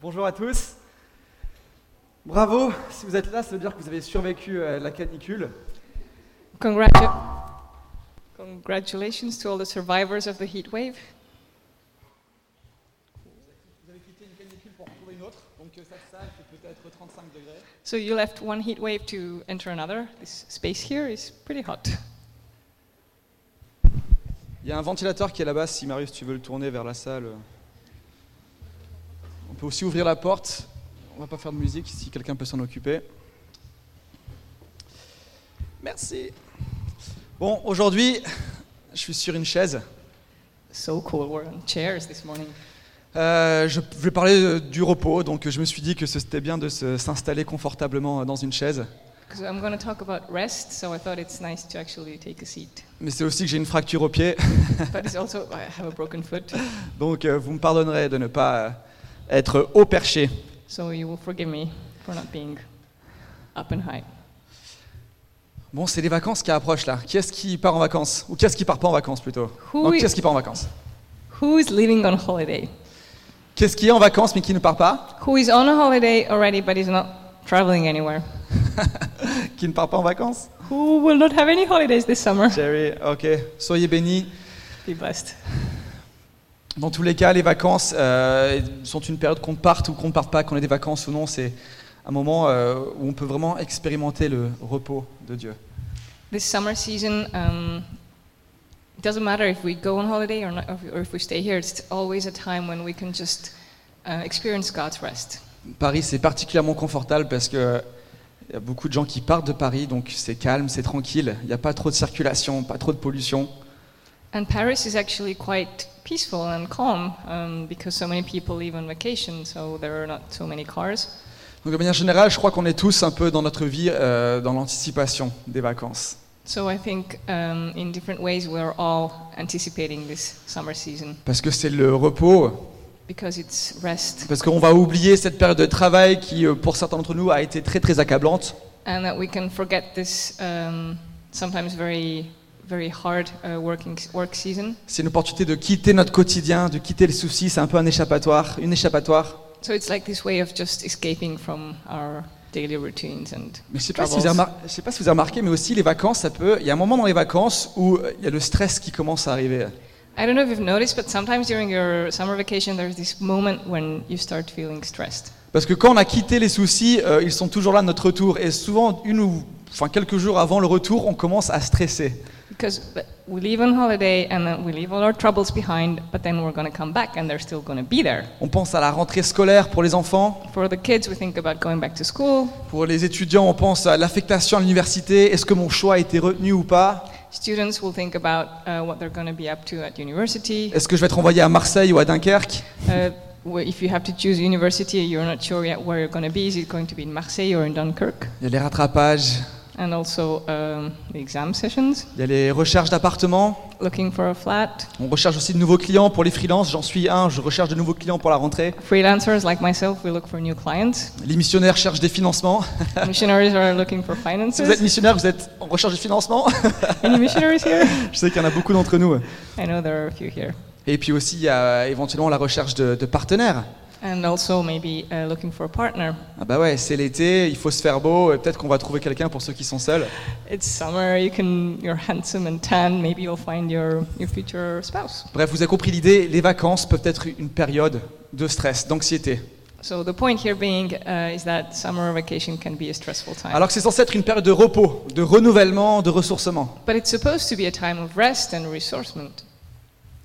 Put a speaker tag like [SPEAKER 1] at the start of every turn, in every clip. [SPEAKER 1] Bonjour à tous. Bravo, si vous êtes là, ça veut dire que vous avez survécu euh, la canicule.
[SPEAKER 2] Congratu- congratulations to all the survivors of the heat wave.
[SPEAKER 1] Vous avez quitté une canicule pour retrouver une autre, donc euh, ça, ça c'est peut-être 35 degrés.
[SPEAKER 2] So you left one heat wave to enter another. This space here is pretty hot.
[SPEAKER 1] Il y a un ventilateur qui est là-bas, si Marius, tu veux le tourner vers la salle. On peut aussi ouvrir la porte. On va pas faire de musique si quelqu'un peut s'en occuper. Merci. Bon, aujourd'hui, je suis sur une chaise.
[SPEAKER 2] So cool. We're on chairs this morning.
[SPEAKER 1] Euh, je vais parler euh, du repos, donc euh, je me suis dit que ce- c'était bien de se- s'installer confortablement euh, dans une chaise.
[SPEAKER 2] Because I'm going to talk about rest, so I thought it's nice to actually take a seat.
[SPEAKER 1] Mais c'est aussi que j'ai une fracture au pied,
[SPEAKER 2] But it's also, I have a broken foot,
[SPEAKER 1] donc euh, vous me pardonnerez de ne pas euh, être haut perché.
[SPEAKER 2] so you will forgive me for not being up and high.
[SPEAKER 1] Bon, c'est les vacances qui approchent là. Qui est-ce qui part en vacances Ou qui est-ce qui part pas en vacances plutôt
[SPEAKER 2] Who
[SPEAKER 1] Non,
[SPEAKER 2] i-
[SPEAKER 1] qui est-ce qui part en vacances
[SPEAKER 2] Who is leaving on holiday?
[SPEAKER 1] Qui est-ce qui est en vacances mais qui ne part pas
[SPEAKER 2] Who is on a holiday already but is not traveling anywhere?
[SPEAKER 1] Qui ne part pas en vacances
[SPEAKER 2] Who will not have any holidays this summer?
[SPEAKER 1] Jerry, ok. Soyez bénis.
[SPEAKER 2] Be blessed.
[SPEAKER 1] Dans tous les cas, les vacances euh, sont une période qu'on parte ou qu'on ne parte pas, qu'on ait des vacances ou non. C'est un moment euh, où on peut vraiment expérimenter le repos de Dieu.
[SPEAKER 2] This summer season, um, it doesn't matter if we go on holiday or, not, or if we stay here, it's always a time when we can just uh, experience God's rest.
[SPEAKER 1] Paris, c'est particulièrement confortable parce que euh, y a beaucoup de gens qui partent de Paris, donc c'est calme, c'est tranquille. Il n'y a pas trop de circulation, pas trop de pollution.
[SPEAKER 2] And Paris is actually quite peaceful and calm um, because so many people leave on vacation, so there are not so many cars.
[SPEAKER 1] Donc de manière générale, je crois qu'on est tous un peu dans notre vie euh, dans l'anticipation des vacances.
[SPEAKER 2] So I think um, in different ways we're all anticipating this summer season
[SPEAKER 1] Parce que c'est le repos,
[SPEAKER 2] because it's rest
[SPEAKER 1] parce qu'on va oublier cette période de travail qui, euh, pour certains d'entre nous, a été très très accablante.
[SPEAKER 2] and that we can forget this um, sometimes very, very hard uh, working work season.
[SPEAKER 1] C'est une opportunité de quitter notre quotidien, de quitter les soucis. C'est un peu un échappatoire, une échappatoire.
[SPEAKER 2] So it's like this way of just escaping from our daily routines and
[SPEAKER 1] Mais je sais pas si
[SPEAKER 2] troubles.
[SPEAKER 1] vous avez remar- je sais pas si vous avez remarqué, mais aussi les vacances, ça peut. Il y a un moment dans les vacances où euh, il y a le stress qui commence à arriver.
[SPEAKER 2] I don't know if you've noticed, but sometimes during your summer vacation, there's this moment when you start feeling stressed.
[SPEAKER 1] Parce que quand on a quitté les soucis, euh, ils sont toujours là à notre retour. Et souvent, une ou enfin quelques jours avant le retour, on commence à stresser.
[SPEAKER 2] Because but we leave on holiday and then we leave all our troubles behind, but then we're going to come back and they're still going to be there.
[SPEAKER 1] On pense à la rentrée scolaire pour les enfants.
[SPEAKER 2] For the kids, we think about going back to school.
[SPEAKER 1] Pour les étudiants, on pense à l'affectation à l'université. Est-ce que mon choix a été retenu ou pas
[SPEAKER 2] Students will think about uh, what they're going to be up to at university.
[SPEAKER 1] Est-ce que je vais être envoyé à Marseille ou à Dunkerque
[SPEAKER 2] Uh, wh- if you have to choose university, you're not sure yet where you're going to be. Is it going to be in Marseille or in Dunkirk?
[SPEAKER 1] Il y a les rattrapages,
[SPEAKER 2] And also um, the exam sessions,
[SPEAKER 1] il y a les recherches d'appartements.
[SPEAKER 2] looking for a flat.
[SPEAKER 1] On recherche aussi de nouveaux clients pour les freelances. J'en suis un, je recherche de nouveaux clients pour la rentrée.
[SPEAKER 2] Freelancers like myself, we look for new clients.
[SPEAKER 1] Les missionnaires cherchent des financements.
[SPEAKER 2] Missionaries are looking for
[SPEAKER 1] Si vous êtes
[SPEAKER 2] finances.
[SPEAKER 1] missionnaire, vous êtes en recherche de financement.
[SPEAKER 2] Any missionaries here?
[SPEAKER 1] je sais qu'il y en a beaucoup d'entre nous.
[SPEAKER 2] I know there are a few here.
[SPEAKER 1] Et puis aussi, il y a euh, éventuellement la recherche de, de partenaires.
[SPEAKER 2] And also maybe uh, looking for a partner.
[SPEAKER 1] Ah bah ouais, c'est l'été, il faut se faire beau. Et peut-être qu'on va trouver quelqu'un pour ceux qui sont seuls.
[SPEAKER 2] It's summer, you can, you're handsome and tan, maybe you'll find your, your future spouse.
[SPEAKER 1] Bref, vous avez compris l'idée, les vacances peuvent être une période de stress, d'anxiété.
[SPEAKER 2] So the point here being uh, is that summer vacation can be a stressful time.
[SPEAKER 1] Alors que c'est censé être une période de repos, de renouvellement, de ressourcement.
[SPEAKER 2] But it's supposed to be a time of rest and resourcement,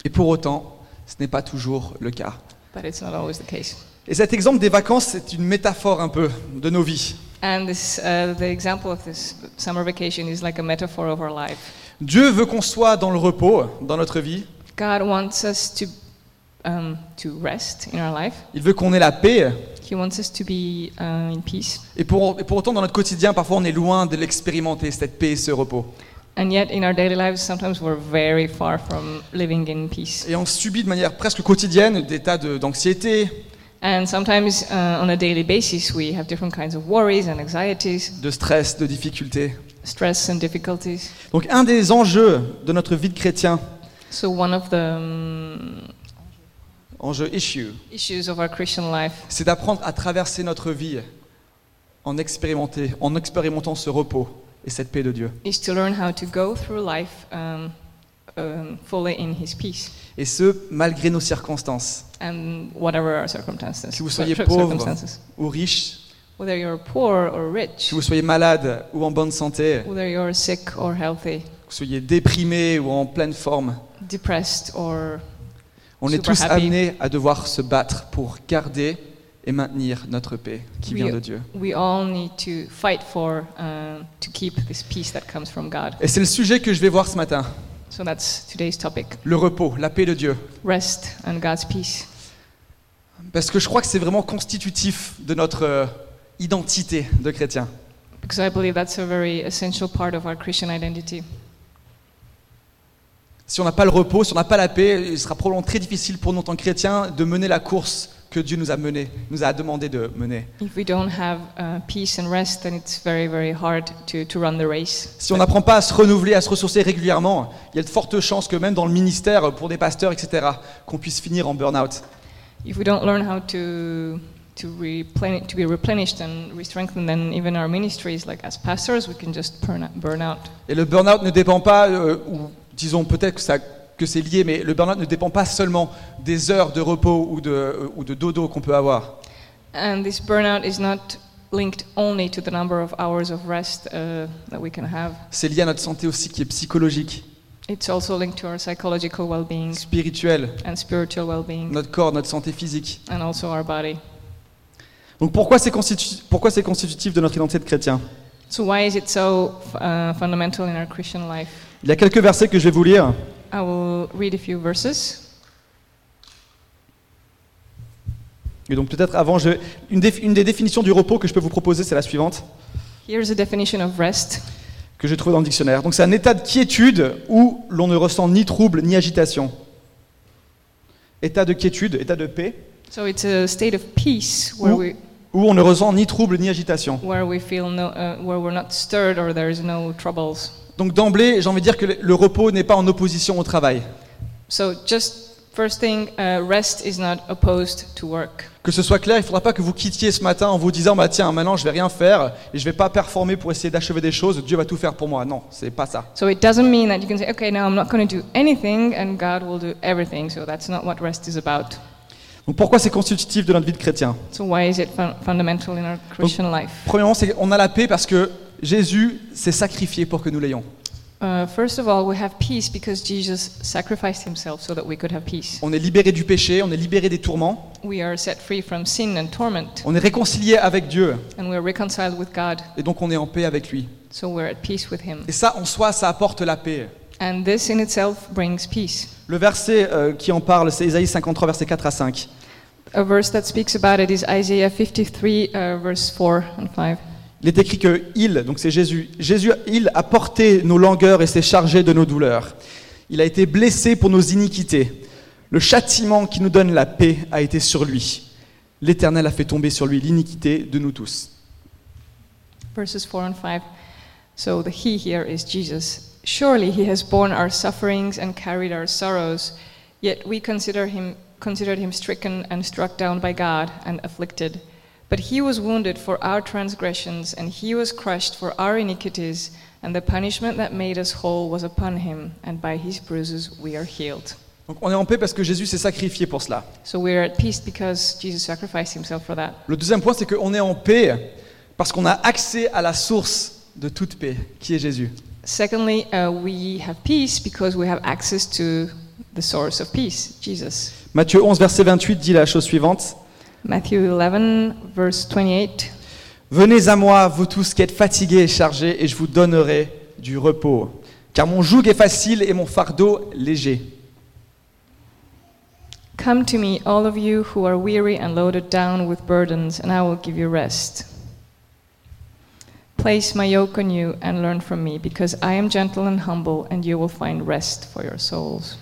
[SPEAKER 1] Et pour autant, ce n'est pas toujours le cas.
[SPEAKER 2] but it's not always the case.
[SPEAKER 1] Et cet exemple des vacances, c'est une métaphore un peu de nos vies.
[SPEAKER 2] And this, uh, the example of this summer vacation is like a metaphor of our life.
[SPEAKER 1] Dieu veut qu'on soit dans le repos, dans notre vie.
[SPEAKER 2] God wants us to, um, to rest in our life.
[SPEAKER 1] Il veut qu'on ait la paix.
[SPEAKER 2] He wants us to be uh, in peace.
[SPEAKER 1] Et pour, et pour autant, dans notre quotidien, parfois, on est loin de l'expérimenter, cette paix et ce repos.
[SPEAKER 2] And yet, in our daily lives, sometimes we're very far from living in peace.
[SPEAKER 1] Et on subit de manière presque quotidienne des tas de- d'anxiété,
[SPEAKER 2] And sometimes, uh, on a daily basis, we have different kinds of worries and anxieties,
[SPEAKER 1] de stress, de difficultés.
[SPEAKER 2] stress and difficulties.
[SPEAKER 1] Donc un des enjeux de notre vie de chrétien,
[SPEAKER 2] So, one of the um,
[SPEAKER 1] enjeu issue,
[SPEAKER 2] issues of our Christian life
[SPEAKER 1] c'est d'apprendre à traverser notre vie en expérimenter, en expérimentant ce repos et cette paix de Dieu.
[SPEAKER 2] is to learn how to go through life um, um, fully in His peace,
[SPEAKER 1] Et ce, malgré nos circonstances.
[SPEAKER 2] and whatever our circumstances.
[SPEAKER 1] Que vous soyez
[SPEAKER 2] cir-
[SPEAKER 1] pauvre.
[SPEAKER 2] circumstances.
[SPEAKER 1] Ou riches,
[SPEAKER 2] Whether you're poor or rich,
[SPEAKER 1] que vous soyez malade ou en bonne santé, que
[SPEAKER 2] whether you're sick or healthy,
[SPEAKER 1] vous soyez déprimé ou en pleine forme,
[SPEAKER 2] depressed or
[SPEAKER 1] on est
[SPEAKER 2] Super
[SPEAKER 1] tous
[SPEAKER 2] happy.
[SPEAKER 1] amenés à devoir se battre pour garder et maintenir notre paix qui
[SPEAKER 2] Oui.
[SPEAKER 1] vient de Dieu.
[SPEAKER 2] we all need to fight for uh, to keep this peace that comes from God.
[SPEAKER 1] Et c'est le sujet que je vais voir ce matin,
[SPEAKER 2] So that's today's topic:
[SPEAKER 1] le repos, la paix de Dieu.
[SPEAKER 2] rest and God's peace,
[SPEAKER 1] Parce que je crois que c'est vraiment constitutif de notre euh, identité de chrétien.
[SPEAKER 2] because I believe that's a very essential part of our Christian identity.
[SPEAKER 1] Si on n'a pas le repos, si on n'a pas la paix, il sera probablement très difficile pour nous en tant que chrétiens de mener la course que Dieu nous a menée, nous a demandé de mener.
[SPEAKER 2] If we don't have uh, peace and rest, then it's very, very hard to, to run the race.
[SPEAKER 1] Si on n'apprend pas à se renouveler, à se ressourcer régulièrement, il y a de fortes chances que même dans le ministère, pour des pasteurs, etc., qu'on puisse finir en burn-out.
[SPEAKER 2] If we don't learn how to to replenish, to be replenished and re-strengthened, then even our ministries, like as pastors, we can just burn out. Burn out.
[SPEAKER 1] Et le burn-out ne dépend pas, euh, ou disons peut-être que, ça- que c'est lié, mais le burn-out ne dépend pas seulement des heures de repos ou de, euh, ou de dodo qu'on peut avoir.
[SPEAKER 2] And this burnout is not linked only to the number of hours of rest uh, that we can have.
[SPEAKER 1] C'est lié à notre santé aussi qui est psychologique,
[SPEAKER 2] It's also linked to our psychological well-being
[SPEAKER 1] spirituelle,
[SPEAKER 2] and spiritual well-being,
[SPEAKER 1] notre corps, notre santé physique.
[SPEAKER 2] and also our body.
[SPEAKER 1] Donc pourquoi c'est constitu- pourquoi c'est constitutif de notre identité de chrétien
[SPEAKER 2] So why is it so uh, fundamental in our Christian life?
[SPEAKER 1] Il y a quelques versets que je vais vous lire.
[SPEAKER 2] I will read a few verses.
[SPEAKER 1] Et donc peut-être avant, je... une, défi- une des définitions du repos que je peux vous proposer, c'est la suivante,
[SPEAKER 2] Here's a definition of rest.
[SPEAKER 1] que j'ai trouvée dans le dictionnaire. Donc c'est un état de quiétude où l'on ne ressent ni trouble ni agitation. État de quiétude, état de paix,
[SPEAKER 2] So it's a state of peace where
[SPEAKER 1] Ou-
[SPEAKER 2] we
[SPEAKER 1] où on ne ressent ni trouble ni agitation.
[SPEAKER 2] where we feel no uh, where we're not stirred or there is no troubles.
[SPEAKER 1] Donc d'emblée, j'ai envie de dire que le- le repos n'est pas en opposition au travail.
[SPEAKER 2] So just first thing, uh, rest is not opposed to work.
[SPEAKER 1] Que ce soit clair, il ne faudra pas que vous quittiez ce matin en vous disant bah tiens maintenant je vais rien faire et je vais pas performer pour essayer d'achever des choses. Dieu va tout faire pour moi. Non, c'est pas ça.
[SPEAKER 2] So it doesn't mean that you can say, okay, now I'm not going to do anything and God will do everything. So that's not what rest is about.
[SPEAKER 1] Donc pourquoi c'est constitutif de notre vie de chrétien
[SPEAKER 2] So why is it fun- fundamental in our Christian life?
[SPEAKER 1] Premièrement, c'est qu'on a la paix parce que Jésus s'est sacrifié pour que nous l'ayons.
[SPEAKER 2] Uh, first of all, we have peace because Jesus sacrificed himself so that we could have peace.
[SPEAKER 1] On est libéré du péché, on est libéré des tourments,
[SPEAKER 2] We are set free from sin and torment,
[SPEAKER 1] on est réconcilié avec Dieu
[SPEAKER 2] and we are reconciled with God.
[SPEAKER 1] et donc on est en paix avec lui.
[SPEAKER 2] So we're at peace with him.
[SPEAKER 1] Et ça en soi, ça apporte la paix.
[SPEAKER 2] And this in itself brings peace.
[SPEAKER 1] Le verset euh, qui en parle, c'est Ésaïe 53, versets 4 à 5.
[SPEAKER 2] A verse that speaks about it is Isaiah 53, uh, verse 4 and 5.
[SPEAKER 1] Il est écrit que il, donc c'est Jésus, Jésus, il a porté nos langueurs et s'est chargé de nos douleurs. Il a été blessé pour nos iniquités. Le châtiment qui nous donne la paix a été sur lui. L'Éternel a fait tomber sur lui l'iniquité de nous tous.
[SPEAKER 2] Verses 4 and 5. So the he here is Jesus. Surely he has borne our sufferings and carried our sorrows, yet we consider him, considered him stricken and struck down by God and afflicted. But he was wounded for our transgressions, and he was crushed for our iniquities, and the punishment that made us whole was upon him, and by his bruises we are healed.
[SPEAKER 1] Donc on est en paix parce que Jésus s'est sacrifié pour cela.
[SPEAKER 2] So we're at peace because Jesus sacrificed himself for that.
[SPEAKER 1] Le deuxième point, c'est qu'on est en paix parce qu'on a accès à la source de toute paix, qui est Jésus.
[SPEAKER 2] Secondly, uh, we have peace because we have access to the source of peace, Jesus.
[SPEAKER 1] Matthieu 11, verset 28 dit la chose suivante.
[SPEAKER 2] Matthew 11, verse 28.
[SPEAKER 1] Venez à moi, vous tous qui êtes fatigués et chargés, et je vous donnerai du repos. Car mon joug est facile et mon fardeau léger.
[SPEAKER 2] Come to me, all of you who are weary and loaded down with burdens, and I will give you rest. Place my yoke on you and learn from me, because I am gentle and humble, and you will find rest for your souls.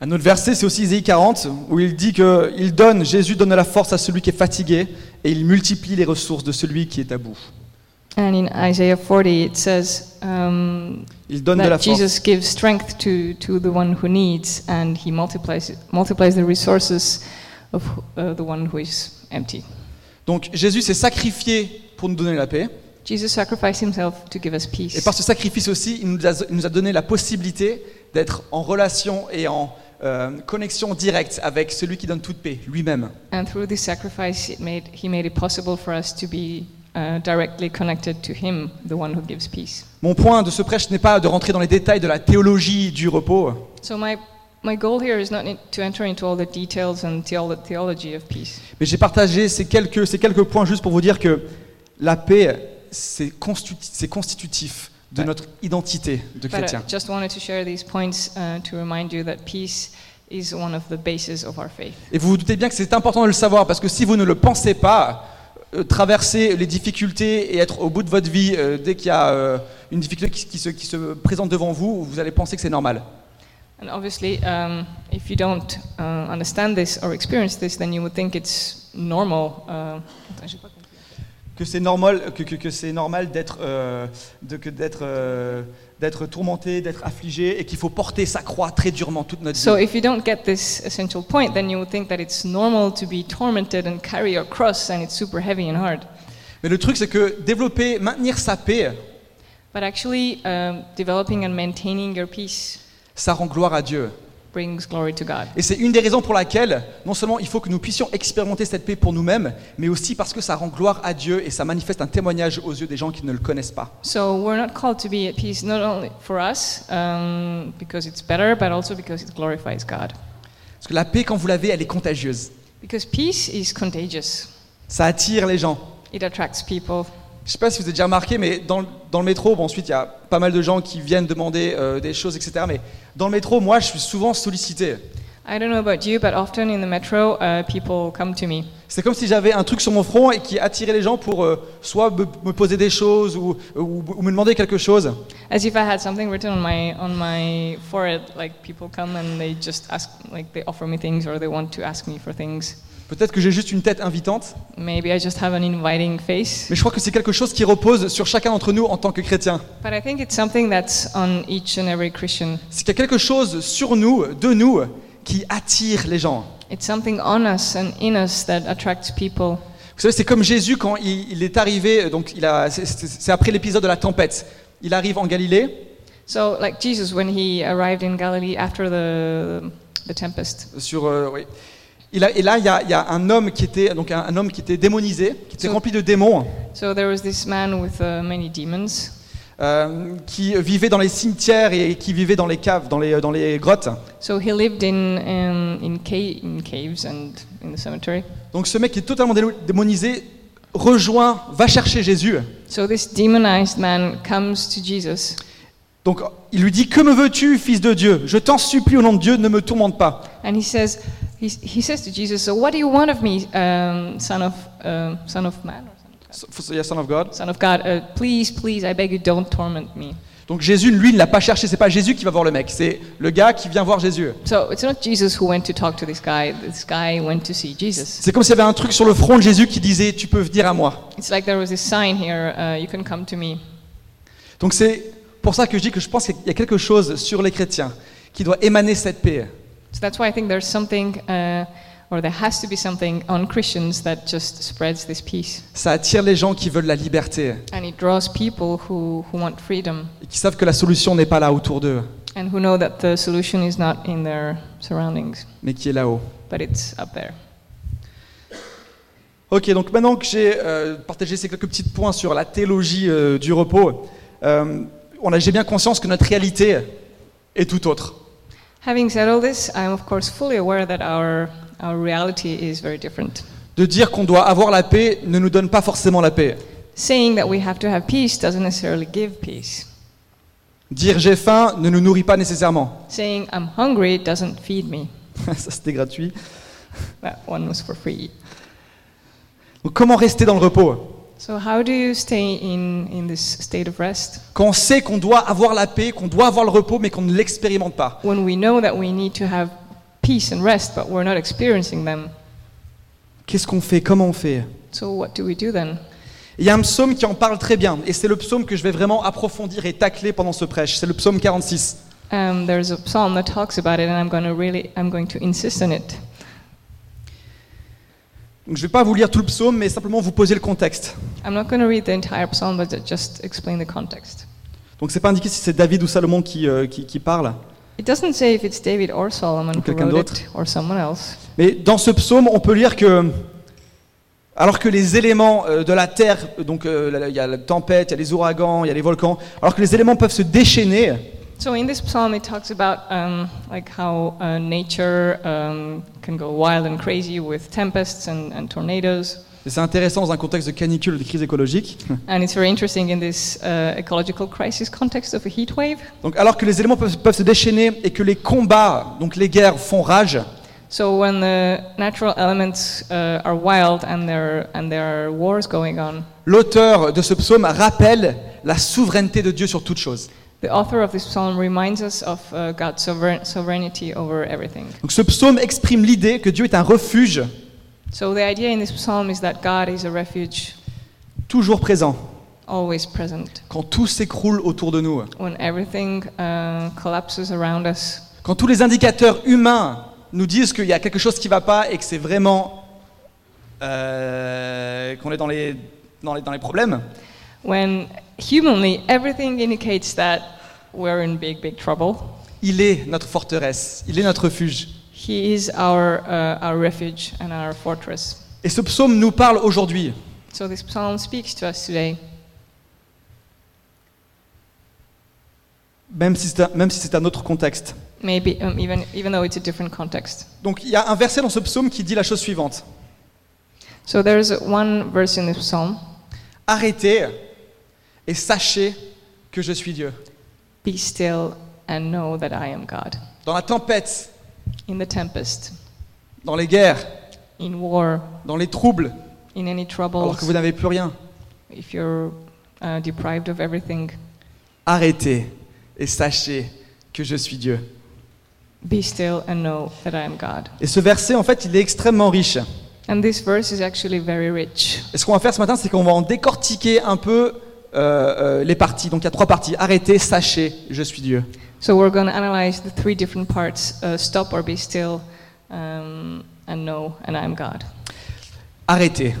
[SPEAKER 1] Un autre verset, c'est aussi Isaïe 40, où il dit que il donne, Jésus donne la force à celui qui est fatigué, et il multiplie les ressources de celui qui est à bout.
[SPEAKER 2] And in Isaiah 40, it says, um,
[SPEAKER 1] Il donne de la
[SPEAKER 2] that
[SPEAKER 1] force.
[SPEAKER 2] Jesus gives strength to, to the one who needs, and he multiplies, multiplies the resources of uh, the one who is empty.
[SPEAKER 1] Donc Jésus s'est sacrifié pour nous donner la paix.
[SPEAKER 2] Jesus sacrificed himself to give us peace.
[SPEAKER 1] Et par ce sacrifice aussi, il nous a, il nous a donné la possibilité d'être en relation et en euh, connexion directe avec celui qui donne toute paix, lui-même.
[SPEAKER 2] And through this sacrifice, it made, he made it possible for us to be uh, directly connected to him, the one who gives peace.
[SPEAKER 1] Mon point de ce prêche n'est pas de rentrer dans les détails de la théologie du repos,
[SPEAKER 2] So my, my goal here is not in- to enter into all the details and the theology of peace.
[SPEAKER 1] mais j'ai partagé ces quelques, ces quelques points juste pour vous dire que la paix, c'est constitu- c'est constitutif de
[SPEAKER 2] Ouais.
[SPEAKER 1] notre identité de
[SPEAKER 2] But I
[SPEAKER 1] chrétien.
[SPEAKER 2] just wanted to share these points uh, to remind you that peace is one of the bases of our faith.
[SPEAKER 1] Et vous vous doutez bien que c'est important de le savoir, parce que si vous ne le pensez pas, euh, traverser les difficultés et être au bout de votre vie euh, dès qu'il y a euh, une difficulté qui, qui se, qui se présente devant vous, vous allez penser que c'est normal.
[SPEAKER 2] And obviously, um, if you don't uh, understand this or experience this, then you would think it's normal. Uh,
[SPEAKER 1] Que c'est normal, que, que- que c'est normal d'être, euh, de- que d'être, euh, d'être tourmenté, d'être affligé, et qu'il faut porter sa croix très durement toute notre
[SPEAKER 2] so
[SPEAKER 1] vie.
[SPEAKER 2] if you don't get this essential point, then you would think that it's normal to be tormented and carry your cross, and it's super heavy and hard.
[SPEAKER 1] Mais le truc, c'est que développer, maintenir sa paix,
[SPEAKER 2] But actually, um, developing and maintaining your peace
[SPEAKER 1] ça rend gloire à Dieu.
[SPEAKER 2] brings glory to God.
[SPEAKER 1] Et c'est une des raisons pour laquelle, non seulement il faut que nous puissions expérimenter cette paix pour nous-mêmes, mais aussi parce que ça rend gloire à Dieu et ça manifeste un témoignage aux yeux des gens qui ne le connaissent pas.
[SPEAKER 2] So we're not called to be at peace not only for us um, because it's better, but also because it glorifies God.
[SPEAKER 1] Parce que la paix, quand vous l'avez, elle est contagieuse.
[SPEAKER 2] Because peace is contagious.
[SPEAKER 1] Ça attire les gens.
[SPEAKER 2] It attracts people.
[SPEAKER 1] Je sais pas si vous avez déjà remarqué, mais dans, le- dans le métro, bon, ensuite il y a pas mal de gens qui viennent demander euh, des choses, etc. Mais dans le métro, moi, je suis souvent sollicité.
[SPEAKER 2] I don't know about you, but often in the metro, uh, people come to me.
[SPEAKER 1] C'est comme si j'avais un truc sur mon front et qui attirait les gens pour euh, soit me, me poser des choses ou- ou- ou me demander quelque chose.
[SPEAKER 2] As if I had something written on my on my forehead, like people come and they just ask, like they offer me things or they want to ask me for things.
[SPEAKER 1] Peut-être que j'ai juste une tête invitante.
[SPEAKER 2] Maybe I just have an inviting face,
[SPEAKER 1] Mais je crois que c'est quelque chose qui repose sur chacun d'entre nous en tant que chrétien.
[SPEAKER 2] but I think it's something that's on each and every Christian.
[SPEAKER 1] C'est qu'il y a quelque chose sur nous, de nous, qui attire les gens.
[SPEAKER 2] It's something on us and in us that attracts people.
[SPEAKER 1] Vous savez, c'est comme Jésus quand il, il est arrivé, donc il a, c'est- c'est c'est après l'épisode de la tempête. Il arrive en Galilée,
[SPEAKER 2] So, like Jesus, when he arrived in Galilee after the the tempest,
[SPEAKER 1] sur, euh, oui. Il a- et là, il y, a, il y a un homme qui était, donc un, un homme qui était démonisé, qui était
[SPEAKER 2] So-
[SPEAKER 1] rempli de démons,
[SPEAKER 2] so there was this man with uh, many demons.
[SPEAKER 1] euh, qui vivait dans les cimetières et qui vivait dans les caves, dans les, dans les grottes.
[SPEAKER 2] So he lived in um, in, ca- in caves and in the cemetery.
[SPEAKER 1] Donc ce mec qui est totalement dé- démonisé rejoint, va chercher Jésus.
[SPEAKER 2] So this demonized man comes to Jesus.
[SPEAKER 1] Donc il lui dit Que me veux-tu, fils de Dieu Je t'en supplie au nom de Dieu, ne me tourmente pas.
[SPEAKER 2] And he says, he, he says to Jesus, "So what do you want of me, um, son of um son of man or son of God?
[SPEAKER 1] So- so- yeah, son of God.
[SPEAKER 2] Son of God uh, please, please, I beg you, don't torment me."
[SPEAKER 1] Donc Jésus, lui, ne l'a pas cherché. C'est pas Jésus qui va voir le mec. C'est le gars qui vient voir Jésus.
[SPEAKER 2] So it's not Jesus who went to talk to this guy. This guy went to see Jesus.
[SPEAKER 1] C'est comme s'il y avait un truc sur le front de Jésus qui disait Tu peux venir à moi.
[SPEAKER 2] It's like there was this sign here: uh, "You can come to me."
[SPEAKER 1] Donc c'est pour ça que je dis que je pense qu'il y a quelque chose sur les chrétiens qui doit émaner cette paix.
[SPEAKER 2] So that's why I think there's something, uh, or there has to be something on Christians that just spreads this peace.
[SPEAKER 1] Ça attire les gens qui veulent la liberté
[SPEAKER 2] And it draws people who, who want freedom
[SPEAKER 1] et qui savent que la solution n'est pas là autour d'eux,
[SPEAKER 2] and who know that the solution is not in their surroundings,
[SPEAKER 1] mais qui est là-haut.
[SPEAKER 2] but it's up there.
[SPEAKER 1] Ok, donc maintenant que j'ai euh, partagé ces quelques petits points sur la théologie euh, du repos, euh, on a- j'ai bien conscience que notre réalité est tout autre.
[SPEAKER 2] Having said all this, I'm of course fully aware that our, our reality is very different.
[SPEAKER 1] De dire qu'on doit avoir la paix ne nous donne pas forcément la paix.
[SPEAKER 2] Saying that we have to have peace doesn't necessarily give peace.
[SPEAKER 1] Dire j'ai faim ne nous nourrit pas nécessairement.
[SPEAKER 2] Saying I'm hungry doesn't feed me.
[SPEAKER 1] Ça c'était gratuit.
[SPEAKER 2] That one was for free.
[SPEAKER 1] Donc comment rester dans le repos
[SPEAKER 2] So, how do you stay in, in this state of rest
[SPEAKER 1] Quand on sait qu'on doit avoir la paix, qu'on doit avoir le repos, mais qu'on ne l'expérimente pas.
[SPEAKER 2] when we know that we need to have peace and rest, but we're not experiencing them?
[SPEAKER 1] Qu'est-ce qu'on fait Comment on fait
[SPEAKER 2] So, what do we do then?
[SPEAKER 1] Il y a un psaume qui en parle très bien, et c'est le psaume que je vais vraiment approfondir et tacler pendant ce prêche. C'est le psaume 46.
[SPEAKER 2] Um, there's a psalm that talks about it, and I'm going to really, I'm going to insist on it.
[SPEAKER 1] Donc, je ne vais pas vous lire tout le psaume, mais simplement vous poser le contexte.
[SPEAKER 2] I'm not going to read the entire psalm, but just explain the context.
[SPEAKER 1] Donc c'est pas indiqué si c'est David ou Salomon qui, euh, qui, qui parle.
[SPEAKER 2] It doesn't say if it's David or Solomon who
[SPEAKER 1] Quelqu'un
[SPEAKER 2] wrote it or someone else.
[SPEAKER 1] Mais dans ce psaume, on peut lire que, alors que les éléments euh, de la terre, euh, donc euh, là, là, il y a la tempête, il y a les ouragans, il y a les volcans, alors que les éléments peuvent se déchaîner,
[SPEAKER 2] So in this psalm, it talks about um, like how uh, nature um, can go wild and crazy with tempests and, and tornadoes,
[SPEAKER 1] et c'est intéressant dans un contexte de canicule, de crise écologique,
[SPEAKER 2] and it's very interesting in this uh, ecological crisis context of a heat wave.
[SPEAKER 1] donc alors que les éléments peuvent, peuvent se déchaîner et que les combats, donc les guerres font rage,
[SPEAKER 2] So when the natural elements uh, are wild and there and there are wars going on,
[SPEAKER 1] l'auteur de ce psaume rappelle la souveraineté de Dieu sur toute chose.
[SPEAKER 2] the author of this psalm reminds us of uh, God's sovereign, sovereignty over everything.
[SPEAKER 1] Donc ce psaume exprime l'idée que Dieu est un refuge
[SPEAKER 2] So the idea in this psalm is that God is a refuge,
[SPEAKER 1] toujours présent
[SPEAKER 2] always present.
[SPEAKER 1] quand tout s'écroule autour de nous.
[SPEAKER 2] When everything uh, collapses around us,
[SPEAKER 1] Quand tous les indicateurs humains nous disent qu'il y a quelque chose qui ne va pas et que c'est vraiment euh, qu'on est dans les, dans, les, dans les problèmes,
[SPEAKER 2] when humanly everything indicates that we're in big, big trouble,
[SPEAKER 1] il est notre forteresse, il est notre refuge.
[SPEAKER 2] He is our, uh, our refuge and our fortress.
[SPEAKER 1] Et ce psaume nous parle aujourd'hui.
[SPEAKER 2] So this psalm speaks to us today.
[SPEAKER 1] Même si c'est un, même si c'est un autre contexte.
[SPEAKER 2] Maybe um, even even though it's a different context.
[SPEAKER 1] Donc il y a un verset dans ce psaume qui dit la chose suivante.
[SPEAKER 2] So there's one verse in this psalm:
[SPEAKER 1] Arrêtez et sachez que je suis Dieu.
[SPEAKER 2] "Be still and know that I am God."
[SPEAKER 1] Dans la tempête,
[SPEAKER 2] In the tempest,
[SPEAKER 1] dans les guerres,
[SPEAKER 2] in war,
[SPEAKER 1] dans les troubles,
[SPEAKER 2] in any trouble,
[SPEAKER 1] alors que vous n'avez plus rien.
[SPEAKER 2] if you're uh, deprived of everything,
[SPEAKER 1] Arrêtez et sachez que je suis Dieu.
[SPEAKER 2] be still and know that I am God.
[SPEAKER 1] Et ce verset, en fait, il est extrêmement riche. Et
[SPEAKER 2] And this verse is actually very rich.
[SPEAKER 1] ce qu'on va faire ce matin, c'est qu'on va en décortiquer un peu euh, euh, les parties. Donc il y a trois parties. Arrêtez, sachez, je suis Dieu.
[SPEAKER 2] So we're going to analyze the three different parts: uh, stop or be still, um, and know, and I am God.
[SPEAKER 1] Arrêtez.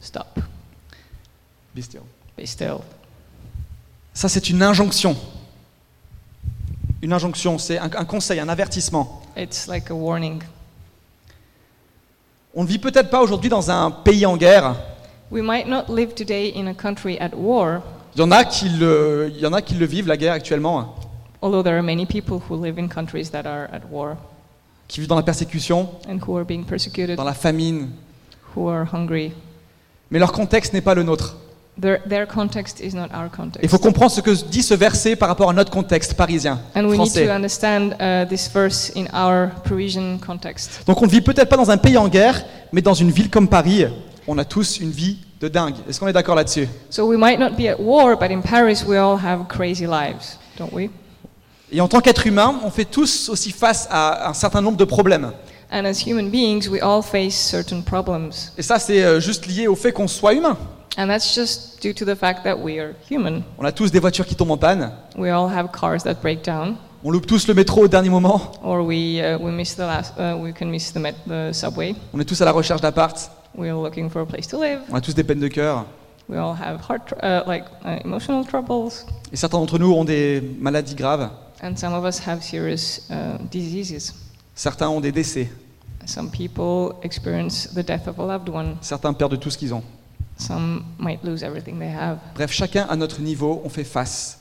[SPEAKER 2] Stop,
[SPEAKER 1] Be still.
[SPEAKER 2] be still.
[SPEAKER 1] Ça, c'est une injonction. Une injonction, c'est un, un conseil, un avertissement.
[SPEAKER 2] It's like a warning.
[SPEAKER 1] On ne vit peut-être pas aujourd'hui dans un pays en guerre.
[SPEAKER 2] We might not live today in a country at war,
[SPEAKER 1] Il y en a qui le, il y en a qui le vivent, la guerre actuellement, hein,
[SPEAKER 2] although there are many people who live in countries that are at war
[SPEAKER 1] qui vivent dans la persécution,
[SPEAKER 2] and who are being persecuted,
[SPEAKER 1] dans la famine.
[SPEAKER 2] who are hungry.
[SPEAKER 1] Mais leur contexte n'est pas le nôtre.
[SPEAKER 2] Their, their context is not our
[SPEAKER 1] Il
[SPEAKER 2] context.
[SPEAKER 1] faut comprendre ce que dit ce verset par rapport à notre contexte parisien,
[SPEAKER 2] And we need
[SPEAKER 1] français.
[SPEAKER 2] to understand uh, this verse in our Parisian context.
[SPEAKER 1] Donc on ne vit peut-être pas dans un pays en guerre, mais dans une ville comme Paris, on a tous une vie de dingue. Est-ce qu'on est d'accord là-dessus
[SPEAKER 2] So we might not be at war, but in Paris we all have crazy lives, don't we?
[SPEAKER 1] Et en tant qu'être humain, on fait tous aussi face à un certain nombre de problèmes.
[SPEAKER 2] And as human beings, we all face certain problems.
[SPEAKER 1] Et ça, c'est euh, juste lié au fait qu'on soit humain.
[SPEAKER 2] And that's just due to the fact that we are human.
[SPEAKER 1] On a tous des voitures qui tombent en panne,
[SPEAKER 2] We all have cars that break down,
[SPEAKER 1] on loupe tous le métro au dernier moment,
[SPEAKER 2] or we, uh, we miss the last, uh, we can miss the, met- the subway.
[SPEAKER 1] on est tous à la recherche d'appart,
[SPEAKER 2] We're looking for a place to live.
[SPEAKER 1] on a tous des peines de cœur.
[SPEAKER 2] We all have heart, tr- uh, like uh, emotional troubles,
[SPEAKER 1] Et certains d'entre nous ont des maladies graves,
[SPEAKER 2] and some of us have serious uh, diseases.
[SPEAKER 1] certains ont des décès,
[SPEAKER 2] Some people experience the death of a loved one.
[SPEAKER 1] certains perdent tout ce qu'ils ont.
[SPEAKER 2] Some might lose everything they have.
[SPEAKER 1] Bref, chacun à notre niveau, on fait face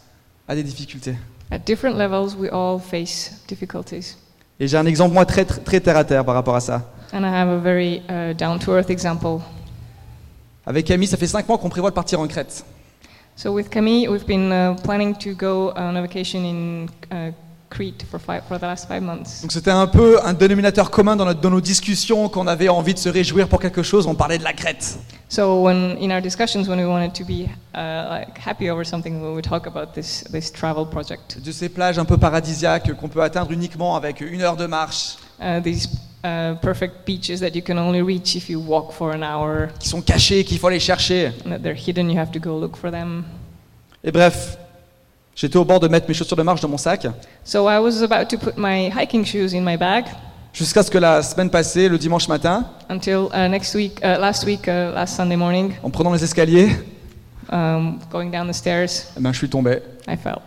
[SPEAKER 1] à des difficultés.
[SPEAKER 2] At different levels, we all face difficulties.
[SPEAKER 1] Et j'ai un exemple, moi, très, très, très terre à terre par rapport à ça.
[SPEAKER 2] And I have a very uh, down to earth example.
[SPEAKER 1] Avec Camille, ça fait 5 mois qu'on prévoit de partir en Crète.
[SPEAKER 2] So, with Camille, we've been uh, planning to go on a vacation in uh, Crete for, five, for the last five months.
[SPEAKER 1] Donc c'était un peu un dénominateur commun dans, notre- dans nos discussions, qu'on avait envie de se réjouir pour quelque chose, on parlait de la Crète.
[SPEAKER 2] So, when, in our discussions, when we wanted to be uh, like happy over something, we would talk about this, this travel project,
[SPEAKER 1] De ces plages un peu paradisiaques qu'on peut atteindre uniquement avec une heure de marche,
[SPEAKER 2] uh, these uh, perfect beaches that you can only reach if you walk for an hour,
[SPEAKER 1] qui sont cachées, qu'il faut aller chercher.
[SPEAKER 2] and that they're hidden, you have to go look for them.
[SPEAKER 1] Et bref, j'étais au bord de mettre mes chaussures de marche dans mon sac,
[SPEAKER 2] So, I was about to put my hiking shoes in my bag,
[SPEAKER 1] Jusqu'à ce que la semaine passée, le dimanche matin,
[SPEAKER 2] until uh, next week, uh, last week, uh, last Sunday morning,
[SPEAKER 1] en prenant les escaliers,
[SPEAKER 2] um, going down the stairs,
[SPEAKER 1] eh ben, je suis tombé.
[SPEAKER 2] I fell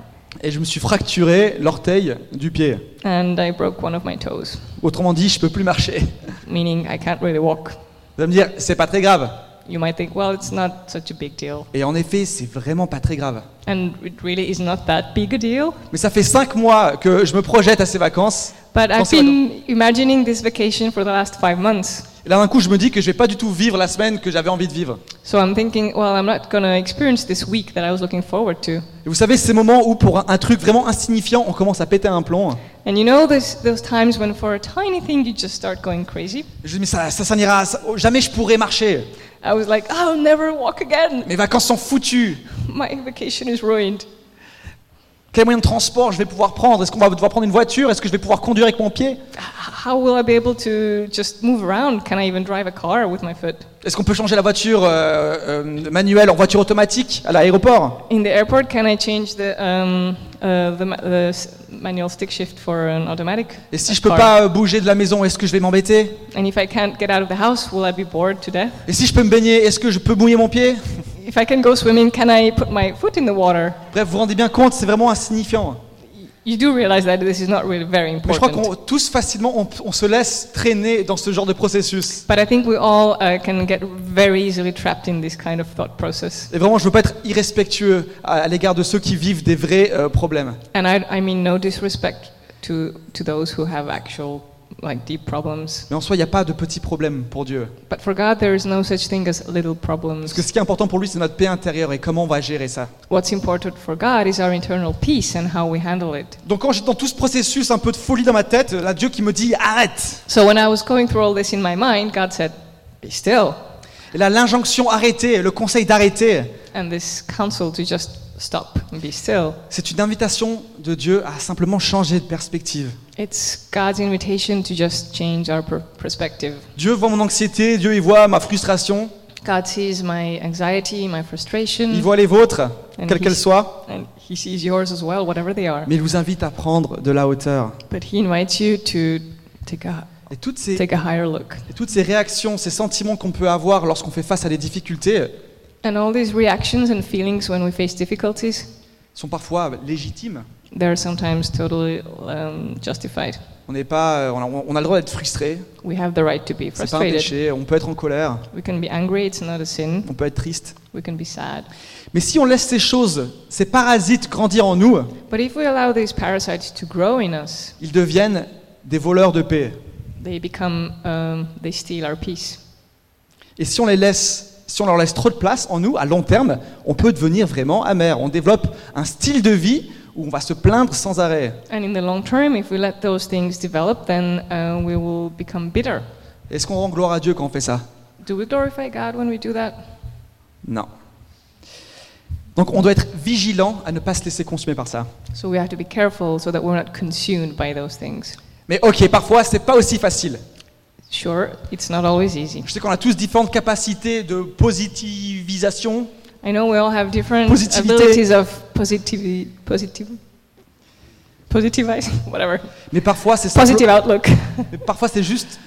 [SPEAKER 1] Et je me suis fracturé l'orteil du pied.
[SPEAKER 2] and I broke one of my toes,
[SPEAKER 1] Autrement dit, je peux plus marcher.
[SPEAKER 2] meaning I can't really walk.
[SPEAKER 1] Vous allez me dire, c'est pas très grave.
[SPEAKER 2] You might think, well, it's not such a big deal,
[SPEAKER 1] Et en effet, c'est vraiment pas très grave.
[SPEAKER 2] and it really is not that big a deal.
[SPEAKER 1] Mais ça fait cinq mois que je me projette à ces vacances.
[SPEAKER 2] But I've
[SPEAKER 1] Pensez là-dedans.
[SPEAKER 2] been imagining this vacation for the last five months.
[SPEAKER 1] Et là, d'un coup, je me dis que je vais pas du tout vivre la semaine que j'avais envie de vivre.
[SPEAKER 2] So I'm thinking, well, I'm not going to experience this week that I was looking forward to.
[SPEAKER 1] Et vous savez, ces moments où, pour un, un truc vraiment insignifiant, on commence à péter un plomb.
[SPEAKER 2] And you know those, those times when for a tiny thing you just start going crazy?
[SPEAKER 1] Je dis, mais ça, ça, ça n'ira, ça- oh, jamais je pourrai marcher.
[SPEAKER 2] I was like, I'll never walk again.
[SPEAKER 1] Mes vacances sont foutues.
[SPEAKER 2] My vacation is ruined.
[SPEAKER 1] Quel moyen de transport je vais pouvoir prendre Est-ce qu'on va devoir prendre une voiture Est-ce que je vais pouvoir conduire avec mon pied
[SPEAKER 2] H- How will I be able to just move around? Can I even drive a car with my foot?
[SPEAKER 1] Est-ce qu'on peut changer la voiture euh, euh, manuelle en voiture automatique à l'aéroport
[SPEAKER 2] In the airport, can I change the, um, uh, the, ma- the s- manual stick shift for an automatic?
[SPEAKER 1] Et si je peux
[SPEAKER 2] car?
[SPEAKER 1] pas euh, bouger de la maison, est-ce que je vais m'embêter
[SPEAKER 2] And if I can't get out of the house, will I be bored to death?
[SPEAKER 1] Et si je peux me baigner, est-ce que je peux mouiller mon pied
[SPEAKER 2] If I can go swimming, can I put my foot in the water?
[SPEAKER 1] Bref, vous vous rendez bien compte, c'est vraiment insignifiant.
[SPEAKER 2] You do realize that this is not really very
[SPEAKER 1] Mais je crois
[SPEAKER 2] important.
[SPEAKER 1] qu'on tous facilement, on, on se laisse traîner dans ce genre de processus.
[SPEAKER 2] But I think we all uh, can get very easily trapped in this kind of thought process.
[SPEAKER 1] Et vraiment, je veux pas être irrespectueux à, à l'égard de ceux qui vivent des vrais euh, problèmes.
[SPEAKER 2] And I, I mean no disrespect to, to those who have actual, like, deep problems.
[SPEAKER 1] Mais en soi, il n'y a pas de petits problèmes pour Dieu.
[SPEAKER 2] But for God, there is no such thing as little
[SPEAKER 1] Parce que
[SPEAKER 2] problems.
[SPEAKER 1] ce qui est important pour lui, c'est notre paix intérieure et comment on va gérer ça.
[SPEAKER 2] What's important for God is our internal peace and how we handle it.
[SPEAKER 1] Donc quand j'étais dans tout ce processus un peu de folie dans ma tête, là, Dieu qui me dit arrête.
[SPEAKER 2] So when I was going through all this in my mind, God said, Be still.
[SPEAKER 1] Et là, l'injonction arrêter, le conseil d'arrêter,
[SPEAKER 2] And this counsel to just stop and be still.
[SPEAKER 1] c'est une invitation de Dieu à simplement changer de perspective.
[SPEAKER 2] It's God's invitation to just change our per- perspective.
[SPEAKER 1] Dieu voit mon anxiété, Dieu il voit ma frustration,
[SPEAKER 2] God sees my anxiety, my
[SPEAKER 1] il
[SPEAKER 2] frustration,
[SPEAKER 1] voit les vôtres,
[SPEAKER 2] And
[SPEAKER 1] quelles qu'elles
[SPEAKER 2] he's-
[SPEAKER 1] soient,
[SPEAKER 2] and He sees yours as well, whatever they are.
[SPEAKER 1] mais il vous invite à prendre de la hauteur.
[SPEAKER 2] But He invites you to take a,
[SPEAKER 1] Et toutes ces,
[SPEAKER 2] take a higher look.
[SPEAKER 1] et toutes ces réactions, ces sentiments qu'on peut avoir lorsqu'on fait face à des difficultés
[SPEAKER 2] And all these reactions and feelings when we face difficulties,
[SPEAKER 1] sont parfois légitimes.
[SPEAKER 2] they're sometimes totally um, justified.
[SPEAKER 1] On n'est pas, euh, on a, on a le droit d'être frustré,
[SPEAKER 2] We have the right to be
[SPEAKER 1] c'est pas un
[SPEAKER 2] frustrated.
[SPEAKER 1] péché, on peut être en colère,
[SPEAKER 2] We can be angry, it's not a sin.
[SPEAKER 1] on peut être triste.
[SPEAKER 2] We can be sad.
[SPEAKER 1] Mais si on laisse ces choses, ces parasites grandir en nous,
[SPEAKER 2] But if we allow these parasites to grow in us,
[SPEAKER 1] ils deviennent des voleurs de paix.
[SPEAKER 2] they become, um, they steal our peace.
[SPEAKER 1] Et si on les laisse, si on leur laisse trop de place en nous, à long terme, on peut devenir vraiment amer. On développe un style de vie où on va se plaindre sans arrêt.
[SPEAKER 2] And in the long term, if we let those things develop, then uh, we will become bitter.
[SPEAKER 1] Est-ce qu'on rend gloire à Dieu quand on fait ça
[SPEAKER 2] Do we glorify God when we do that?
[SPEAKER 1] Non. Donc on doit être vigilant à ne pas se laisser consumer par ça.
[SPEAKER 2] So we have to be careful so that we're not consumed by those things.
[SPEAKER 1] Mais ok, parfois c'est pas aussi facile.
[SPEAKER 2] Sure, it's not always easy.
[SPEAKER 1] Je sais qu'on a tous différentes capacités de positivisation.
[SPEAKER 2] I know we all have different
[SPEAKER 1] Positivité.
[SPEAKER 2] abilities of positivity, positive, positivize, whatever,
[SPEAKER 1] Mais parfois c'est simple-
[SPEAKER 2] positive outlook.
[SPEAKER 1] mais parfois c'est juste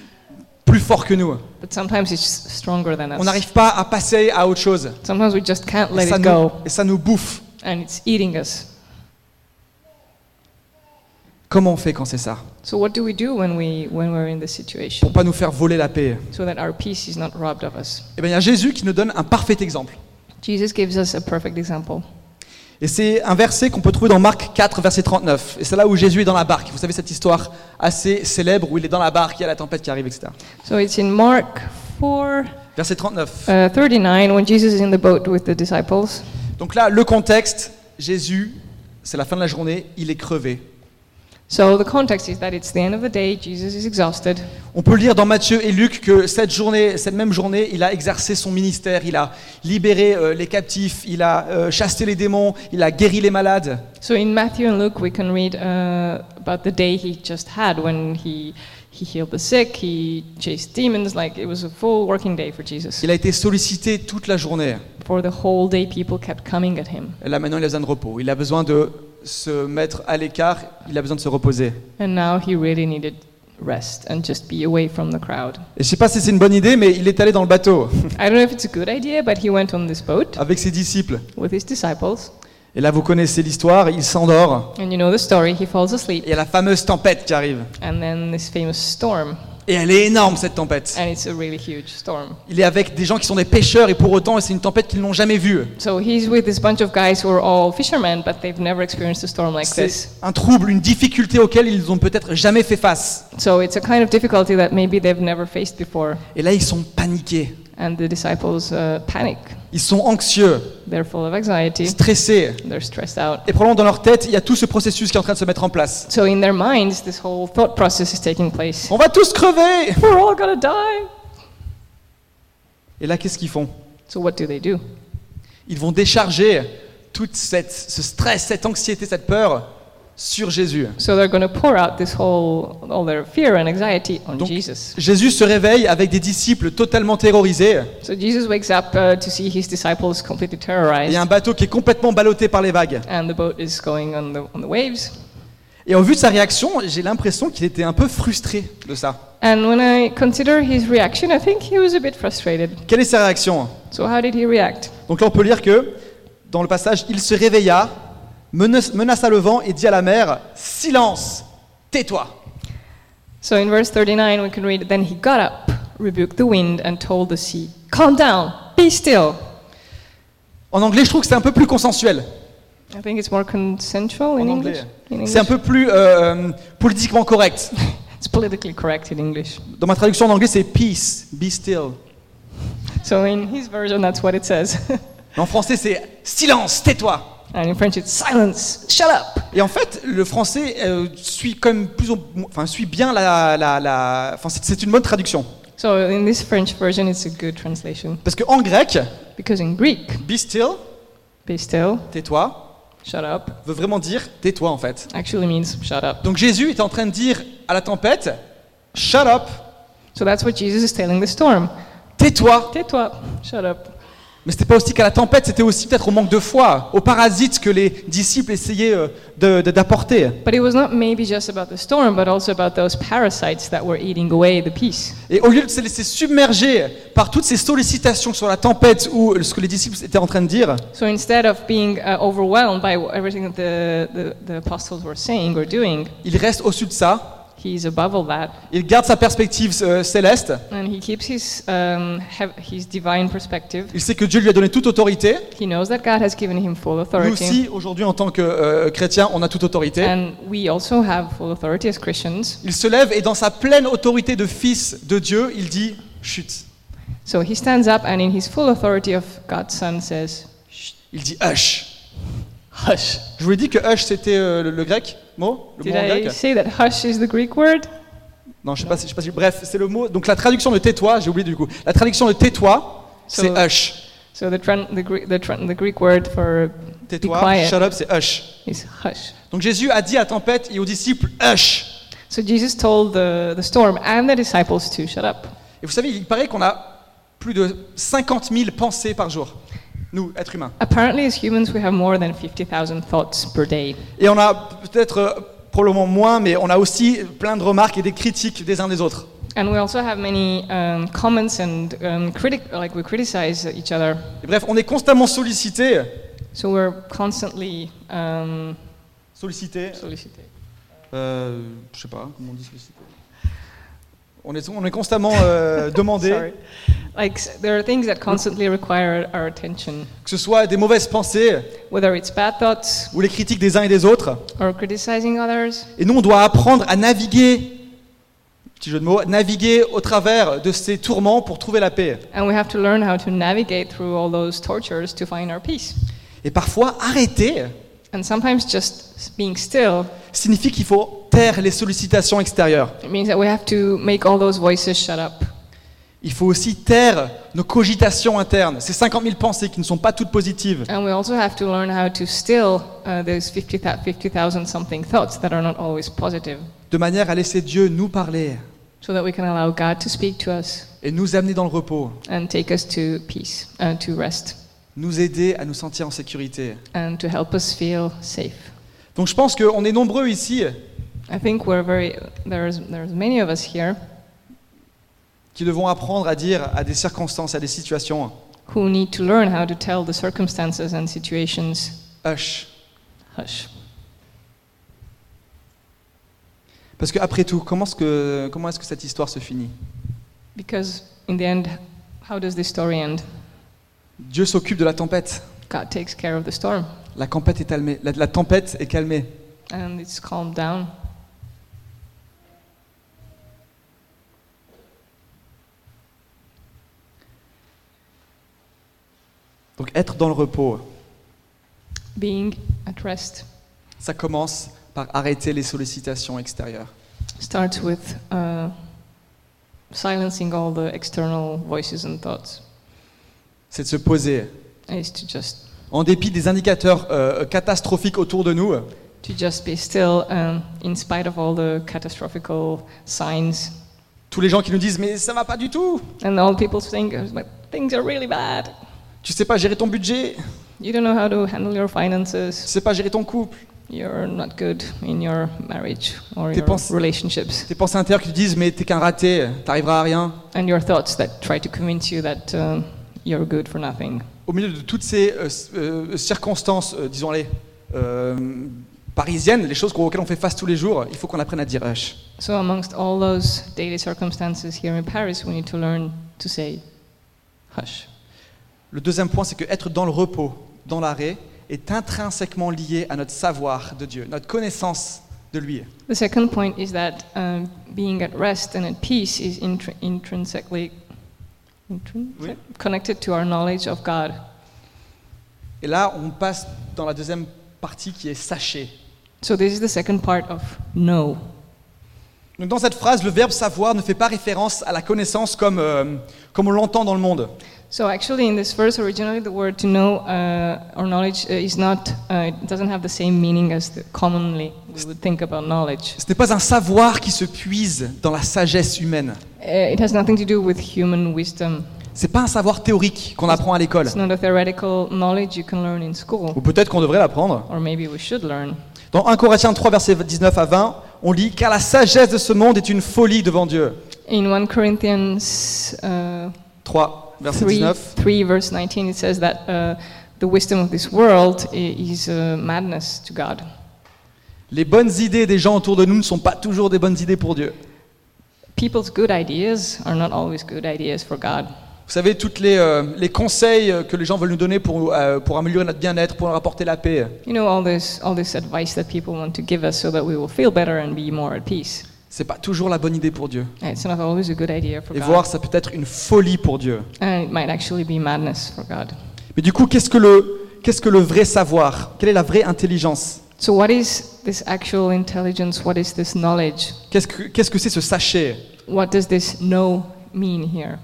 [SPEAKER 1] plus fort que nous.
[SPEAKER 2] but sometimes it's stronger than us.
[SPEAKER 1] On n'arrive pas à passer à autre chose.
[SPEAKER 2] Sometimes we just can't
[SPEAKER 1] Et
[SPEAKER 2] let
[SPEAKER 1] ça,
[SPEAKER 2] it
[SPEAKER 1] nous,
[SPEAKER 2] go,
[SPEAKER 1] et ça nous bouffe.
[SPEAKER 2] and it's eating us.
[SPEAKER 1] Comment on fait quand c'est ça
[SPEAKER 2] So what do we do when we when we're in this situation
[SPEAKER 1] Pour pas nous faire voler la paix.
[SPEAKER 2] so that our peace is not robbed of us?
[SPEAKER 1] Eh bien, il y a Jésus qui nous donne un parfait exemple.
[SPEAKER 2] Jesus gives us a perfect example.
[SPEAKER 1] Et c'est un verset qu'on peut trouver dans Marc 4, verset 39. Et c'est là où Jésus est dans la barque. Vous savez cette histoire assez célèbre où il est dans la barque, il y a la tempête qui arrive, etc.
[SPEAKER 2] So it's in Mark 4
[SPEAKER 1] Verset 39.
[SPEAKER 2] uh, 39 when Jesus is in the boat with the disciples.
[SPEAKER 1] Donc là, le contexte, Jésus, c'est la fin de la journée, il est crevé.
[SPEAKER 2] So the context is that it's the end of the day, Jesus is exhausted.
[SPEAKER 1] On peut lire dans Matthieu et Luc que cette journée, cette même journée, il a exercé son ministère, il a libéré euh, les captifs, il a euh, chassé les démons, il a guéri les malades.
[SPEAKER 2] So in Matthew and Luke, we can read uh, about the day he just had when he, he healed the sick, he chased demons, like it was a full working day for Jesus.
[SPEAKER 1] Il a été sollicité toute la journée.
[SPEAKER 2] For the whole day, people kept coming at him.
[SPEAKER 1] Et là maintenant, il a besoin de repos. Il a besoin de se mettre à l'écart. Il a besoin de se reposer.
[SPEAKER 2] And now he really needed rest and just be away from the crowd.
[SPEAKER 1] Et je sais pas si c'est une bonne idée, mais il est allé dans le bateau
[SPEAKER 2] I don't know if it's a good idea, but he went on this boat
[SPEAKER 1] avec ses disciples.
[SPEAKER 2] with his disciples,
[SPEAKER 1] Et là, vous connaissez l'histoire, il s'endort.
[SPEAKER 2] and you know the story, he falls asleep,
[SPEAKER 1] Il y a la fameuse tempête qui arrive.
[SPEAKER 2] and then this famous storm,
[SPEAKER 1] Et elle est énorme, cette tempête.
[SPEAKER 2] and it's a really huge storm.
[SPEAKER 1] Il est avec des gens qui sont des pêcheurs et pour autant, c'est une tempête qu'ils n'ont jamais vue.
[SPEAKER 2] So he's with this bunch of guys who are all fishermen, but they've never experienced a storm like
[SPEAKER 1] C'est
[SPEAKER 2] this.
[SPEAKER 1] un trouble, une difficulté auquel ils n'ont peut-être jamais fait face.
[SPEAKER 2] So it's a kind of difficulty that maybe they've never faced before,
[SPEAKER 1] Et là, ils sont paniqués.
[SPEAKER 2] and the disciples uh, panic.
[SPEAKER 1] Ils sont anxieux,
[SPEAKER 2] They're full of anxiety,
[SPEAKER 1] stressés.
[SPEAKER 2] they're stressed out.
[SPEAKER 1] Et probablement dans leur tête, il y a tout ce processus qui est en train de se mettre en place.
[SPEAKER 2] So in their minds, this whole thought process is taking place.
[SPEAKER 1] On va tous crever
[SPEAKER 2] We're all gonna die.
[SPEAKER 1] Et là, qu'est-ce qu'ils font
[SPEAKER 2] So what do they do?
[SPEAKER 1] Ils vont décharger tout ce stress, cette anxiété, cette peur sur Jésus.
[SPEAKER 2] So they're going to pour out this whole, all their fear and anxiety on
[SPEAKER 1] Donc,
[SPEAKER 2] Jesus.
[SPEAKER 1] Jésus se réveille avec des disciples totalement terrorisés
[SPEAKER 2] So Jesus wakes up uh, to see his disciples completely terrorized,
[SPEAKER 1] et un bateau qui est complètement ballotté par les vagues.
[SPEAKER 2] and the boat is going on the, on the waves.
[SPEAKER 1] Et au vu de sa réaction, j'ai l'impression qu'il était un peu frustré de ça.
[SPEAKER 2] And when I consider his reaction, I think he was a bit frustrated.
[SPEAKER 1] Quelle est sa réaction
[SPEAKER 2] So how did he react?
[SPEAKER 1] Donc là, on peut lire que, dans le passage, il se réveilla, menace- menaça le vent et dit à la mer Silence, tais-toi.
[SPEAKER 2] So in verse 39, we can read, Then he got up, rebuked the wind, and told the sea, Calm down, be still.
[SPEAKER 1] En anglais, je trouve que c'est un peu plus consensuel.
[SPEAKER 2] I think it's more consensual in
[SPEAKER 1] En
[SPEAKER 2] English.
[SPEAKER 1] anglais.
[SPEAKER 2] In
[SPEAKER 1] C'est un
[SPEAKER 2] English.
[SPEAKER 1] peu plus euh, politiquement correct.
[SPEAKER 2] It's politically correct in English.
[SPEAKER 1] Dans ma traduction en anglais, c'est peace, be still.
[SPEAKER 2] So in his version, that's what it says.
[SPEAKER 1] Mais en français, c'est silence, tais-toi.
[SPEAKER 2] and in French, it's silence, shut up.
[SPEAKER 1] Et en fait, le français euh, suit quand même plus, ou- enfin suit bien la, la, la- enfin c'est- c'est une bonne traduction.
[SPEAKER 2] So in this French version, it's a good translation
[SPEAKER 1] Parce que en grec,
[SPEAKER 2] because in Greek,
[SPEAKER 1] be still,
[SPEAKER 2] be still,
[SPEAKER 1] tais-toi,
[SPEAKER 2] shut up,
[SPEAKER 1] veut vraiment dire tais-toi en fait.
[SPEAKER 2] actually means shut up.
[SPEAKER 1] Donc Jésus était en train de dire à la tempête, shut up,
[SPEAKER 2] So that's what Jesus is telling the storm.
[SPEAKER 1] tais-toi.
[SPEAKER 2] Tais-toi, shut up.
[SPEAKER 1] Mais c'était pas aussi qu'à la tempête, c'était aussi peut-être au manque de foi, au parasite que les disciples essayaient euh, de- de- d'apporter.
[SPEAKER 2] But it was not maybe just about the storm, but also about those parasites that were eating away the peace.
[SPEAKER 1] Et au lieu de se laisser submerger par toutes ces sollicitations sur la tempête ou ce que les disciples étaient en train de dire,
[SPEAKER 2] So instead of being uh, overwhelmed by wh- everything that the, the, the apostles were saying or doing,
[SPEAKER 1] il reste au-dessus de ça,
[SPEAKER 2] he's above all that.
[SPEAKER 1] il garde sa perspective euh, céleste,
[SPEAKER 2] And he keeps his, um, hev- his divine perspective.
[SPEAKER 1] il sait que Dieu lui a donné toute autorité.
[SPEAKER 2] He knows that God has given him full
[SPEAKER 1] Nous
[SPEAKER 2] authority.
[SPEAKER 1] aussi, aujourd'hui, en tant que euh, chrétiens, on a toute autorité.
[SPEAKER 2] And we also have full authority as Christians.
[SPEAKER 1] Il se lève et dans sa pleine autorité de fils de Dieu, il dit « chut
[SPEAKER 2] So he stands up and in his full authority of God's Son says, ».
[SPEAKER 1] Il dit « hush
[SPEAKER 2] Hush. ».
[SPEAKER 1] Je vous ai dit que « hush » c'était euh, le, le grec mot Le
[SPEAKER 2] Did
[SPEAKER 1] mot en
[SPEAKER 2] I
[SPEAKER 1] grec
[SPEAKER 2] say that hush is the Greek word?
[SPEAKER 1] Non, je sais pas, si- je sais pas si... Bref, c'est le mot... Donc la traduction de « tais-toi », j'ai oublié du coup. La traduction de « tais-toi », c'est «
[SPEAKER 2] So-
[SPEAKER 1] hush
[SPEAKER 2] So the, tran- the, Gre- the, tran- the Greek word for ». be
[SPEAKER 1] Tais-toi,
[SPEAKER 2] quiet
[SPEAKER 1] shut up, c'est « hush ».
[SPEAKER 2] is hush.
[SPEAKER 1] Donc Jésus a dit à la tempête et aux disciples Hush
[SPEAKER 2] So Jesus told the, the storm and the disciples to shut up.
[SPEAKER 1] Et vous savez, il paraît qu'on a plus de 50 000 pensées par jour, nous, êtres humains.
[SPEAKER 2] Apparently, as humans, we have more than 50,000 thoughts per day.
[SPEAKER 1] Et on a peut-être, euh, probablement moins, mais on a aussi plein de remarques et des critiques des uns des autres.
[SPEAKER 2] And we also have many um, comments and um, critic, like we criticize each other.
[SPEAKER 1] Et bref, on est constamment sollicité.
[SPEAKER 2] So we're constantly um,
[SPEAKER 1] Sollicité
[SPEAKER 2] solicited.
[SPEAKER 1] euh, Je sais pas, comment on dit sollicité on est, on est constamment euh, demandé,
[SPEAKER 2] Sorry. Like s- there are things that constantly require our attention,
[SPEAKER 1] que ce soit des mauvaises pensées
[SPEAKER 2] whether it's bad thoughts
[SPEAKER 1] ou les critiques des uns et des autres.
[SPEAKER 2] or criticizing others.
[SPEAKER 1] Et nous, on doit apprendre à naviguer, petit jeu de mots, naviguer au travers de ces tourments pour trouver la paix.
[SPEAKER 2] And we have to learn how to navigate through all those tortures to find our peace.
[SPEAKER 1] Et parfois, arrêter
[SPEAKER 2] And sometimes just s- being still
[SPEAKER 1] signifie qu'il faut taire les sollicitations extérieures.
[SPEAKER 2] it means that we have to make all those voices shut up.
[SPEAKER 1] Il faut aussi taire nos cogitations internes, ces 50 000 pensées qui ne sont pas toutes positives.
[SPEAKER 2] And we also have to learn how to still uh, those 50 thou- 50,000 something thoughts that are not always positive
[SPEAKER 1] de manière à laisser Dieu nous parler
[SPEAKER 2] so that we can allow God to speak to us
[SPEAKER 1] et nous amener dans le repos,
[SPEAKER 2] and take us to peace, uh, to rest,
[SPEAKER 1] nous aider à nous sentir en sécurité.
[SPEAKER 2] and to help us feel safe.
[SPEAKER 1] Donc je pense qu'on est nombreux ici
[SPEAKER 2] I think we're very there's there's many of us here
[SPEAKER 1] qui devons apprendre à dire à des circonstances, à des situations,
[SPEAKER 2] who need to learn how to tell the circumstances and situations
[SPEAKER 1] hush.
[SPEAKER 2] hush.
[SPEAKER 1] Parce qu'après tout, comment est-ce que, comment est-ce que cette histoire se finit
[SPEAKER 2] Because in the end, how does this story end?
[SPEAKER 1] Dieu s'occupe de la tempête.
[SPEAKER 2] God takes care of the storm
[SPEAKER 1] La tempête est calmée. La, la tempête est calmée.
[SPEAKER 2] and it's calmed down.
[SPEAKER 1] Donc être dans le repos,
[SPEAKER 2] Being at rest
[SPEAKER 1] ça commence par arrêter les sollicitations extérieures.
[SPEAKER 2] starts with uh, silencing all the external voices and thoughts.
[SPEAKER 1] C'est de se poser.
[SPEAKER 2] Is to just
[SPEAKER 1] En dépit des indicateurs euh, catastrophiques autour de nous, euh,
[SPEAKER 2] to just be still, um, in spite of all the catastrophical signs
[SPEAKER 1] tous les gens qui nous disent mais ça va pas du tout,
[SPEAKER 2] and all people think uh, like, things are really bad.
[SPEAKER 1] tu sais pas gérer ton budget,
[SPEAKER 2] You don't know how to handle your
[SPEAKER 1] tu
[SPEAKER 2] finances.
[SPEAKER 1] sais pas gérer ton couple,
[SPEAKER 2] You're not good in your marriage or
[SPEAKER 1] Tes
[SPEAKER 2] your
[SPEAKER 1] pens-
[SPEAKER 2] relationships.
[SPEAKER 1] tes pensées intérieures qui te disent mais t'es qu'un raté, t'arriveras à rien.
[SPEAKER 2] And your thoughts that try to convince you that um, you're good for nothing.
[SPEAKER 1] Au milieu de toutes ces euh, c- euh, circonstances, euh, disons les parisiennes, les choses auxquelles on fait face tous les jours, il faut qu'on apprenne à dire hush.
[SPEAKER 2] So, amongst all those daily circumstances here in Paris, we need to learn to say hush.
[SPEAKER 1] Le deuxième point, c'est que être dans le repos, dans l'arrêt, est intrinsèquement lié à notre savoir de Dieu, notre connaissance de lui.
[SPEAKER 2] The second point is that um, being at rest and at peace is intr- intrinsically intrinsic-
[SPEAKER 1] Oui.
[SPEAKER 2] connected to our knowledge of God.
[SPEAKER 1] Et là, on passe dans la deuxième partie qui est sachez.
[SPEAKER 2] So, this is the second part of know.
[SPEAKER 1] Donc dans cette phrase, le verbe savoir ne fait pas référence à la connaissance comme, euh, comme on l'entend dans le monde.
[SPEAKER 2] So actually, in this verse, originally the word to know uh, or knowledge uh, is not, uh, it doesn't have the same meaning as the commonly we would think about knowledge.
[SPEAKER 1] Ce n'est pas un savoir qui se puise dans la sagesse humaine.
[SPEAKER 2] Uh, it has nothing to do with human wisdom.
[SPEAKER 1] Ce n'est pas un savoir théorique qu'on apprend à l'école.
[SPEAKER 2] It's not a theoretical knowledge you can learn in
[SPEAKER 1] Ou
[SPEAKER 2] school,
[SPEAKER 1] peut-être qu'on devrait l'apprendre.
[SPEAKER 2] or maybe we should learn.
[SPEAKER 1] Dans 1 Corinthiens 3, versets 19 à 20, on lit Car la sagesse de ce monde est une folie devant Dieu.
[SPEAKER 2] In 1 Corinthians uh,
[SPEAKER 1] 3, verset
[SPEAKER 2] 3,
[SPEAKER 1] 19.
[SPEAKER 2] 3, verse 19, it says that uh, the wisdom of this world i- is uh, madness to God.
[SPEAKER 1] Les bonnes idées des gens autour de nous ne sont pas toujours des bonnes idées pour Dieu.
[SPEAKER 2] People's good ideas are not always good ideas for God.
[SPEAKER 1] Vous savez, tous les, euh, les conseils euh, que les gens veulent nous donner pour, euh, pour améliorer notre bien-être, pour leur apporter la paix,
[SPEAKER 2] You know all this all this advice that people want to give us so that we will feel better and be more at peace. Uh,
[SPEAKER 1] c'est pas toujours la bonne idée pour Dieu.
[SPEAKER 2] It's not always a good idea for
[SPEAKER 1] Et
[SPEAKER 2] God,
[SPEAKER 1] voir, ça peut être une folie pour Dieu.
[SPEAKER 2] and it might actually be madness for God.
[SPEAKER 1] Mais du coup, qu'est-ce que le, qu'est-ce que le vrai savoir Quelle est la vraie intelligence
[SPEAKER 2] So what is this actual intelligence? What is this knowledge?
[SPEAKER 1] qu'est-ce que, qu'est-ce que c'est ce sachet
[SPEAKER 2] What does this know mean here?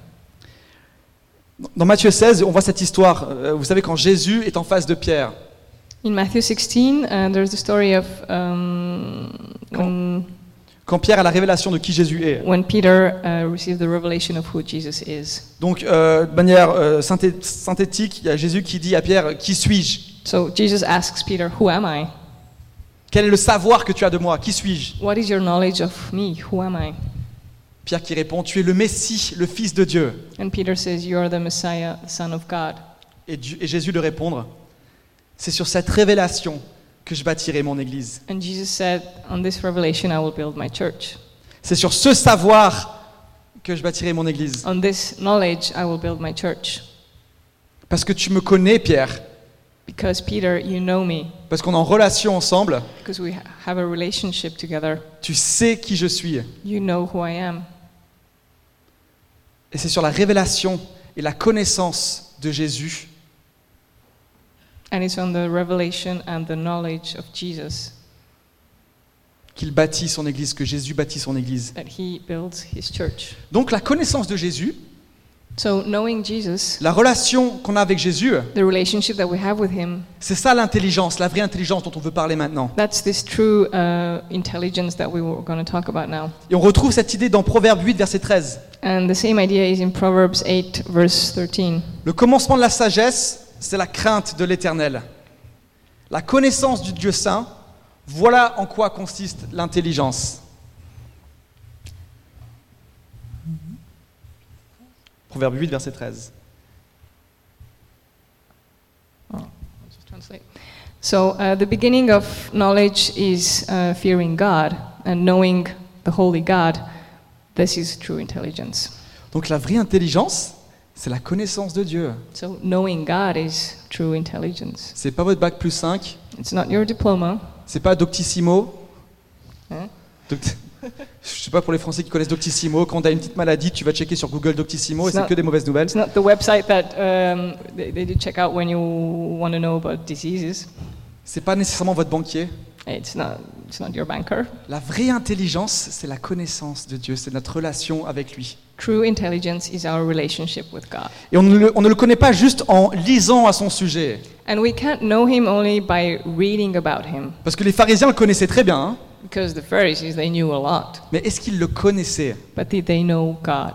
[SPEAKER 1] Dans Matthieu 16, on voit cette histoire. Euh, Vous savez, quand Jésus est en face de Pierre,
[SPEAKER 2] In Matthew 16, uh, there's the story of um, when,
[SPEAKER 1] quand Pierre a la révélation de qui Jésus est.
[SPEAKER 2] when Peter uh, received the revelation of who Jesus is.
[SPEAKER 1] Donc, euh, de manière euh, synthé- synthétique, il y a Jésus qui dit à Pierre Qui suis-je
[SPEAKER 2] So Jesus asks Peter, "Who am I?
[SPEAKER 1] Quel est le savoir que tu as de moi Qui suis-je
[SPEAKER 2] What is your knowledge of me? Who am I?"
[SPEAKER 1] Pierre qui répond Tu es le Messie, le Fils de Dieu.
[SPEAKER 2] And Peter says, You are the Messiah, the Son of God.
[SPEAKER 1] Et, Dieu- et Jésus de répondre C'est sur cette révélation que je bâtirai mon Église.
[SPEAKER 2] And Jesus said, On this revelation I will build my church.
[SPEAKER 1] C'est sur ce savoir que je bâtirai mon Église.
[SPEAKER 2] On this knowledge I will build my church.
[SPEAKER 1] Parce que tu me connais, Pierre.
[SPEAKER 2] Because, Peter, you know me.
[SPEAKER 1] Parce qu'on est en relation ensemble.
[SPEAKER 2] Because we ha- have a relationship together.
[SPEAKER 1] Tu sais qui je suis.
[SPEAKER 2] You know who I am.
[SPEAKER 1] Et c'est sur la révélation et la connaissance de Jésus
[SPEAKER 2] And it's on the revelation and the knowledge of Jesus
[SPEAKER 1] qu'il bâtit son Église, que Jésus bâtit son Église.
[SPEAKER 2] that he builds his church.
[SPEAKER 1] Donc la connaissance de Jésus,
[SPEAKER 2] So, knowing Jesus,
[SPEAKER 1] la relation qu'on a avec Jésus,
[SPEAKER 2] the relationship that we have with him,
[SPEAKER 1] c'est ça l'intelligence, la vraie intelligence dont on veut parler maintenant.
[SPEAKER 2] that's this true uh, intelligence that we were going to talk about now.
[SPEAKER 1] Et on retrouve cette idée dans Proverbe 8, verset 13.
[SPEAKER 2] And the same idea is in Proverbs 8, verse 13.
[SPEAKER 1] Le commencement de la sagesse, c'est la crainte de l'Éternel. La connaissance du Dieu saint Voilà en quoi consiste l'intelligence. Proverbe 8, verset 13.
[SPEAKER 2] Just translate. So, uh, the beginning of knowledge is uh, fearing God and knowing the holy God. This is true intelligence.
[SPEAKER 1] Donc la vraie intelligence, c'est la connaissance de Dieu.
[SPEAKER 2] So, knowing God is true intelligence.
[SPEAKER 1] C'est pas votre bac plus 5,
[SPEAKER 2] It's not your diploma.
[SPEAKER 1] c'est pas Doctissimo.
[SPEAKER 2] Hein
[SPEAKER 1] Doct- Je sais pas pour les Français qui connaissent Doctissimo, quand t'as une petite maladie, tu vas checker sur Google Doctissimo et
[SPEAKER 2] C'est
[SPEAKER 1] c'est
[SPEAKER 2] un-
[SPEAKER 1] que des mauvaises nouvelles.
[SPEAKER 2] It's not the website that um, they, they do check out when you want to know about diseases.
[SPEAKER 1] C'est pas nécessairement votre banquier.
[SPEAKER 2] It's not, it's not your banker.
[SPEAKER 1] La vraie intelligence, c'est la connaissance de Dieu, c'est notre relation avec lui.
[SPEAKER 2] True intelligence is our relationship with God.
[SPEAKER 1] Et on ne, le, on ne le connaît pas juste en lisant à son sujet.
[SPEAKER 2] And we can't know him only by reading about him,
[SPEAKER 1] Parce que les pharisiens le connaissaient très bien, hein.
[SPEAKER 2] because the Pharisees, they knew a lot.
[SPEAKER 1] mais est-ce qu'ils le connaissaient
[SPEAKER 2] But did they know God?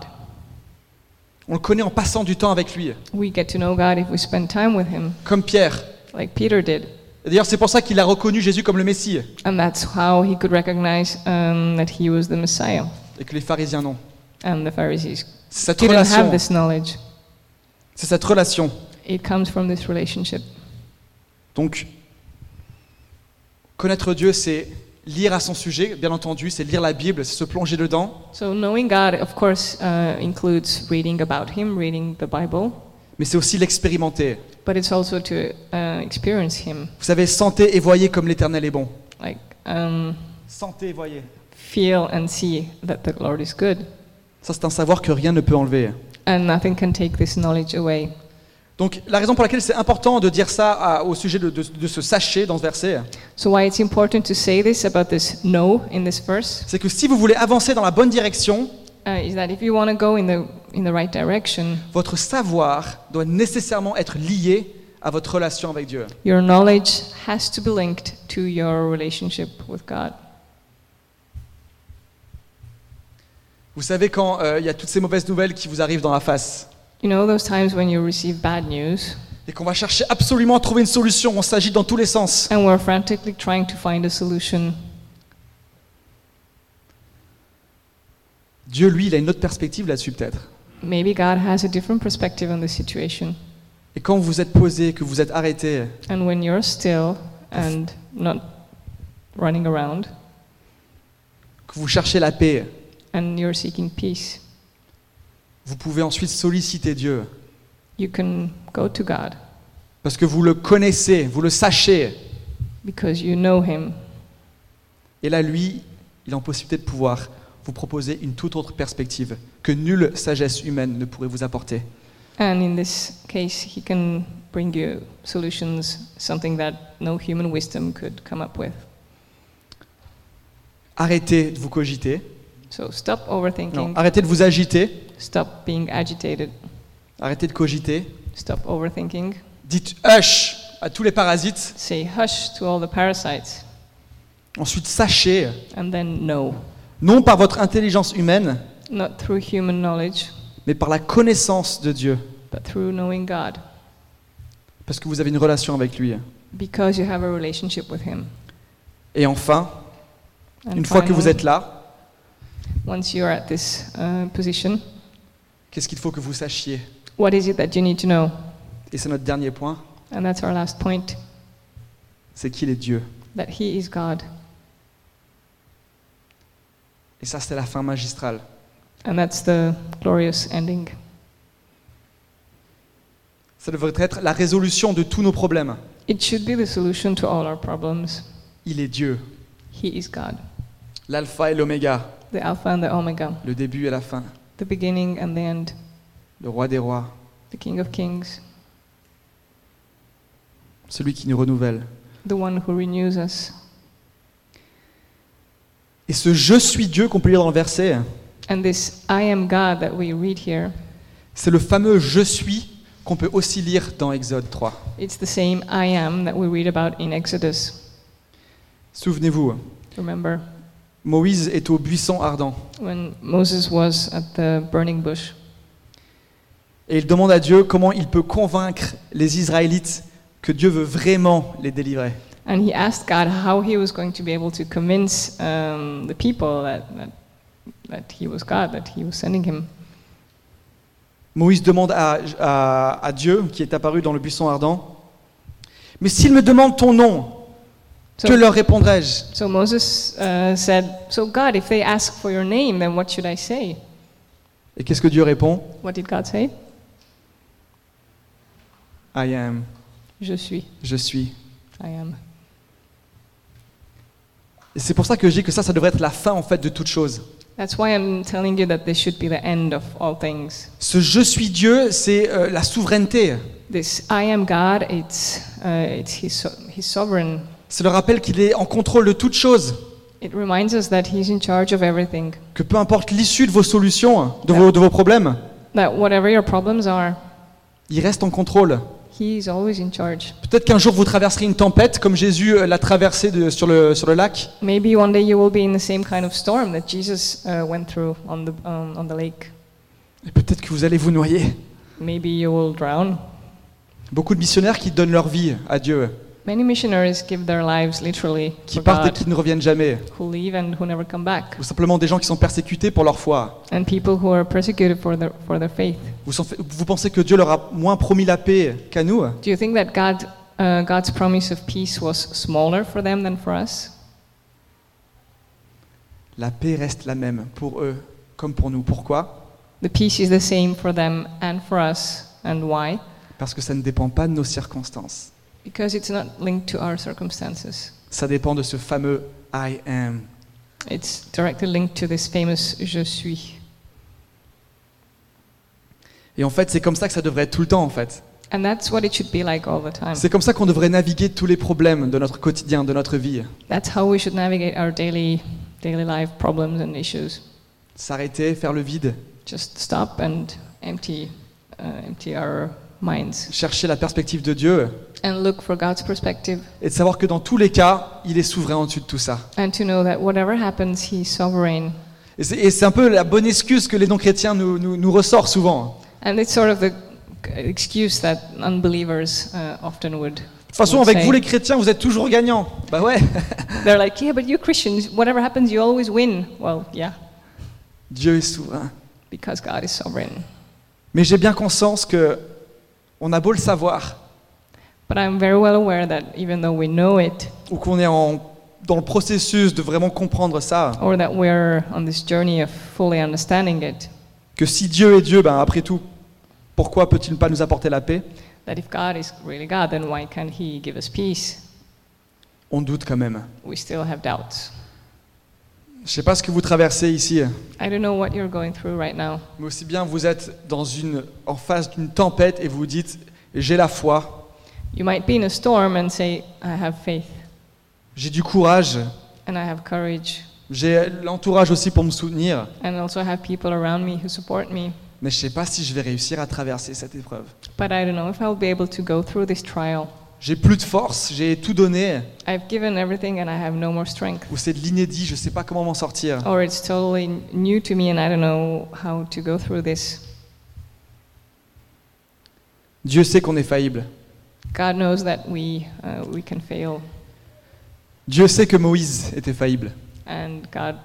[SPEAKER 1] On le connaît en passant du temps avec lui,
[SPEAKER 2] We get to know God if we spend time with him,
[SPEAKER 1] comme Pierre.
[SPEAKER 2] like Peter did.
[SPEAKER 1] Et D'ailleurs, c'est pour ça qu'il a reconnu Jésus comme le Messie,
[SPEAKER 2] And that's how he could recognize um, that he was the Messiah.
[SPEAKER 1] et que les pharisiens non.
[SPEAKER 2] And the Pharisees
[SPEAKER 1] C'est cette
[SPEAKER 2] didn't have
[SPEAKER 1] relation.
[SPEAKER 2] this knowledge.
[SPEAKER 1] C'est cette relation.
[SPEAKER 2] It comes from this relationship.
[SPEAKER 1] Donc, connaître Dieu, c'est lire à son sujet, bien entendu, c'est lire la Bible, c'est se plonger dedans,
[SPEAKER 2] So knowing God, of course, uh, includes reading about Him, reading the Bible,
[SPEAKER 1] mais c'est aussi l'expérimenter.
[SPEAKER 2] but it's also to uh, experience Him,
[SPEAKER 1] Vous savez, sentez et voyez comme l'Éternel est bon.
[SPEAKER 2] like um,
[SPEAKER 1] Sentez et voyez.
[SPEAKER 2] feel and see that the Lord is good,
[SPEAKER 1] Ça, c'est un savoir que rien ne peut enlever.
[SPEAKER 2] and nothing can take this knowledge away.
[SPEAKER 1] Donc, la raison pour laquelle c'est important de dire ça à- au sujet de, de- de ce sachet dans ce verset,
[SPEAKER 2] So why it's important to say this about this know in this verse
[SPEAKER 1] c'est que si vous voulez avancer dans la bonne direction,
[SPEAKER 2] uh, is that if you want to go in the in the right direction,
[SPEAKER 1] votre savoir doit nécessairement être lié à votre relation avec Dieu.
[SPEAKER 2] your knowledge has to be linked to your relationship with God.
[SPEAKER 1] Vous savez quand euh, il y a toutes ces mauvaises nouvelles qui vous arrivent dans la face
[SPEAKER 2] You know those times when you receive bad news
[SPEAKER 1] et qu'on va chercher absolument à trouver une solution, on s'agit dans tous les sens.
[SPEAKER 2] and we're frantically trying to find a solution
[SPEAKER 1] Dieu, lui, il a une autre perspective là-dessus peut-être.
[SPEAKER 2] Maybe God has a different perspective on the situation.
[SPEAKER 1] Et quand vous êtes posé, que vous êtes arrêté,
[SPEAKER 2] And when you're still and not running around
[SPEAKER 1] que vous cherchez la paix,
[SPEAKER 2] and you're seeking peace,
[SPEAKER 1] vous pouvez ensuite solliciter Dieu
[SPEAKER 2] you can go to God
[SPEAKER 1] parce que vous le connaissez, vous le sachez.
[SPEAKER 2] because you know Him.
[SPEAKER 1] Et là, lui, il est en possibilité de pouvoir vous proposer une toute autre perspective que nulle sagesse humaine ne pourrait vous apporter.
[SPEAKER 2] And in this case, He can bring you solutions, something that no human wisdom could come up with.
[SPEAKER 1] Arrêtez de vous cogiter,
[SPEAKER 2] So stop
[SPEAKER 1] non,
[SPEAKER 2] overthinking,
[SPEAKER 1] arrêtez de vous agiter,
[SPEAKER 2] stop being agitated,
[SPEAKER 1] arrêtez de cogiter.
[SPEAKER 2] stop overthinking.
[SPEAKER 1] Dites hush à tous les parasites,
[SPEAKER 2] Say hush to all the parasites
[SPEAKER 1] ensuite sachez,
[SPEAKER 2] and then no.
[SPEAKER 1] non par votre intelligence humaine,
[SPEAKER 2] Not through human knowledge,
[SPEAKER 1] mais par la connaissance de Dieu,
[SPEAKER 2] but through knowing God.
[SPEAKER 1] parce que vous avez une relation avec lui.
[SPEAKER 2] because you have a relationship with him.
[SPEAKER 1] Et enfin,
[SPEAKER 2] And
[SPEAKER 1] une fois que vous
[SPEAKER 2] finally,
[SPEAKER 1] êtes là,
[SPEAKER 2] once you're at this uh, position,
[SPEAKER 1] Qu'est-ce qu'il faut que vous sachiez
[SPEAKER 2] what is it that you need to know?
[SPEAKER 1] Et c'est notre dernier point,
[SPEAKER 2] And that's our last point
[SPEAKER 1] c'est qu'il est Dieu.
[SPEAKER 2] that he is God.
[SPEAKER 1] Et ça, c'est la fin magistrale.
[SPEAKER 2] And that's the glorious ending.
[SPEAKER 1] Ça devrait être la résolution de tous nos problèmes.
[SPEAKER 2] It should be the solution to all our problems.
[SPEAKER 1] Il est Dieu,
[SPEAKER 2] He is God,
[SPEAKER 1] l'alpha et l'oméga,
[SPEAKER 2] the Alpha and the Omega,
[SPEAKER 1] le début et la fin,
[SPEAKER 2] the beginning and the end,
[SPEAKER 1] le roi des rois,
[SPEAKER 2] the King of Kings,
[SPEAKER 1] celui qui nous renouvelle.
[SPEAKER 2] the one who renews us.
[SPEAKER 1] Et ce je suis Dieu qu'on peut lire dans le verset,
[SPEAKER 2] And this I am God that we read here,
[SPEAKER 1] c'est le fameux je suis qu'on peut aussi lire dans Exode 3.
[SPEAKER 2] it's the same I am that we read about in Exodus.
[SPEAKER 1] Souvenez-vous,
[SPEAKER 2] Remember
[SPEAKER 1] Moïse est au buisson ardent
[SPEAKER 2] when Moses was at the burning bush
[SPEAKER 1] et il demande à Dieu comment il peut convaincre les Israélites que Dieu veut vraiment les délivrer.
[SPEAKER 2] And he asked God how he was going to be able to convince um, the people that, that, that he was God, that he was sending him.
[SPEAKER 1] Moïse demande à, à- à Dieu, qui est apparu dans le buisson ardent, Mais s'ils me demandent ton nom,
[SPEAKER 2] So,
[SPEAKER 1] que leur répondrai-je
[SPEAKER 2] so Moses uh, said, So, God, if they ask for your name, then what should I say?
[SPEAKER 1] Et qu'est-ce que Dieu répond
[SPEAKER 2] What did God say?
[SPEAKER 1] I am,
[SPEAKER 2] Je suis.
[SPEAKER 1] je suis.
[SPEAKER 2] I am.
[SPEAKER 1] Et c'est pour ça que je dis que ça, ça devrait être la fin en fait de toute chose.
[SPEAKER 2] That's why I'm telling you that this should be the end of all things.
[SPEAKER 1] Ce je suis Dieu, c'est euh, la souveraineté.
[SPEAKER 2] This I am God, it's, uh, it's his, so- his sovereign.
[SPEAKER 1] C'est le rappel qu'il est en contrôle de toute chose.
[SPEAKER 2] It reminds us that He's in charge of everything,
[SPEAKER 1] Que peu importe l'issue de vos solutions, hein, de vos, de vos problèmes,
[SPEAKER 2] that whatever your problems are,
[SPEAKER 1] il reste en contrôle.
[SPEAKER 2] He's always in charge.
[SPEAKER 1] Peut-être qu'un jour vous traverserez une tempête comme Jésus euh, l'a traversée de- sur, le, sur le lac.
[SPEAKER 2] Maybe one day you will be in the same kind of storm that Jesus uh, went through on the, um, on the lake.
[SPEAKER 1] Et peut-être que vous allez vous noyer.
[SPEAKER 2] Maybe you will drown.
[SPEAKER 1] Beaucoup de missionnaires qui donnent leur vie à Dieu,
[SPEAKER 2] Many missionaries give their lives literally
[SPEAKER 1] qui
[SPEAKER 2] for
[SPEAKER 1] partent et
[SPEAKER 2] God,
[SPEAKER 1] qui ne reviennent jamais.
[SPEAKER 2] who leave and who never come back,
[SPEAKER 1] Ou simplement des gens qui sont persécutés pour leur foi.
[SPEAKER 2] and people who are persecuted for their, for their faith.
[SPEAKER 1] Vous, sen- vous pensez que Dieu leur a moins promis la paix qu'à nous
[SPEAKER 2] Do you think that God, uh, God's promise of peace was smaller for them than for us?
[SPEAKER 1] La paix reste la même pour eux comme pour nous. Pourquoi
[SPEAKER 2] The peace is the same for them and for us. And why?
[SPEAKER 1] Parce que ça ne dépend pas de nos circonstances.
[SPEAKER 2] Because it's not linked to our circumstances.
[SPEAKER 1] Ça dépend de ce fameux I am.
[SPEAKER 2] It's directly linked to this famous je suis.
[SPEAKER 1] Et en fait, c'est comme ça que ça devrait être tout le temps en fait.
[SPEAKER 2] And that's what it should be like all the time.
[SPEAKER 1] C'est comme ça qu'on devrait naviguer tous les problèmes de notre quotidien, de notre vie.
[SPEAKER 2] That's how we should navigate our daily, daily life problems and issues.
[SPEAKER 1] S'arrêter, faire le vide,
[SPEAKER 2] Just stop and empty, uh, empty our minds
[SPEAKER 1] chercher la perspective de Dieu
[SPEAKER 2] and look for God's perspective
[SPEAKER 1] et de savoir que dans tous les cas, il est souverain au-dessus de tout ça.
[SPEAKER 2] and to know that whatever happens, He's sovereign.
[SPEAKER 1] Et c'est et c'est un peu la bonne excuse que les non-chrétiens nous, nous, nous ressortent souvent.
[SPEAKER 2] And it's sort of the excuse that unbelievers uh, often would.
[SPEAKER 1] De toute façon,
[SPEAKER 2] would
[SPEAKER 1] avec
[SPEAKER 2] say.
[SPEAKER 1] vous les chrétiens, vous êtes toujours gagnants. Bah ouais.
[SPEAKER 2] They're like, yeah, but you Christians, whatever happens, you always win. Well, yeah,
[SPEAKER 1] Dieu est souverain.
[SPEAKER 2] because God is sovereign.
[SPEAKER 1] Mais j'ai bien conscience que on a beau le savoir
[SPEAKER 2] But I'm very well aware that even though we know it,
[SPEAKER 1] ou qu'on est en- dans le processus de vraiment comprendre ça,
[SPEAKER 2] or that we're on this journey of fully understanding it,
[SPEAKER 1] que si Dieu est Dieu, ben après tout, pourquoi peut-il pas nous apporter la paix
[SPEAKER 2] that if God is really God, then why can't He give us peace?
[SPEAKER 1] On doute quand même.
[SPEAKER 2] We still have doubts.
[SPEAKER 1] Je sais pas ce que vous traversez ici,
[SPEAKER 2] I don't know what you're going through right now.
[SPEAKER 1] mais aussi bien vous êtes dans une, en face d'une tempête et vous vous dites j'ai la foi,
[SPEAKER 2] You might be in a storm and say, I have faith
[SPEAKER 1] j'ai du courage,
[SPEAKER 2] and I have courage,
[SPEAKER 1] j'ai l'entourage aussi pour me soutenir,
[SPEAKER 2] and also I have people around me who support me.
[SPEAKER 1] mais je sais pas si je vais réussir à traverser cette épreuve.
[SPEAKER 2] But I don't know if I'll be able to go through this trial.
[SPEAKER 1] J'ai plus de force, j'ai tout donné,
[SPEAKER 2] I've given everything and I have no more strength.
[SPEAKER 1] ou c'est de l'inédit, je sais pas comment m'en sortir.
[SPEAKER 2] Or it's totally new to me and I don't know how to go through this.
[SPEAKER 1] Dieu sait qu'on est faillible.
[SPEAKER 2] God knows that we, uh, we can fail,
[SPEAKER 1] Dieu sait que Moïse était faillible.
[SPEAKER 2] and God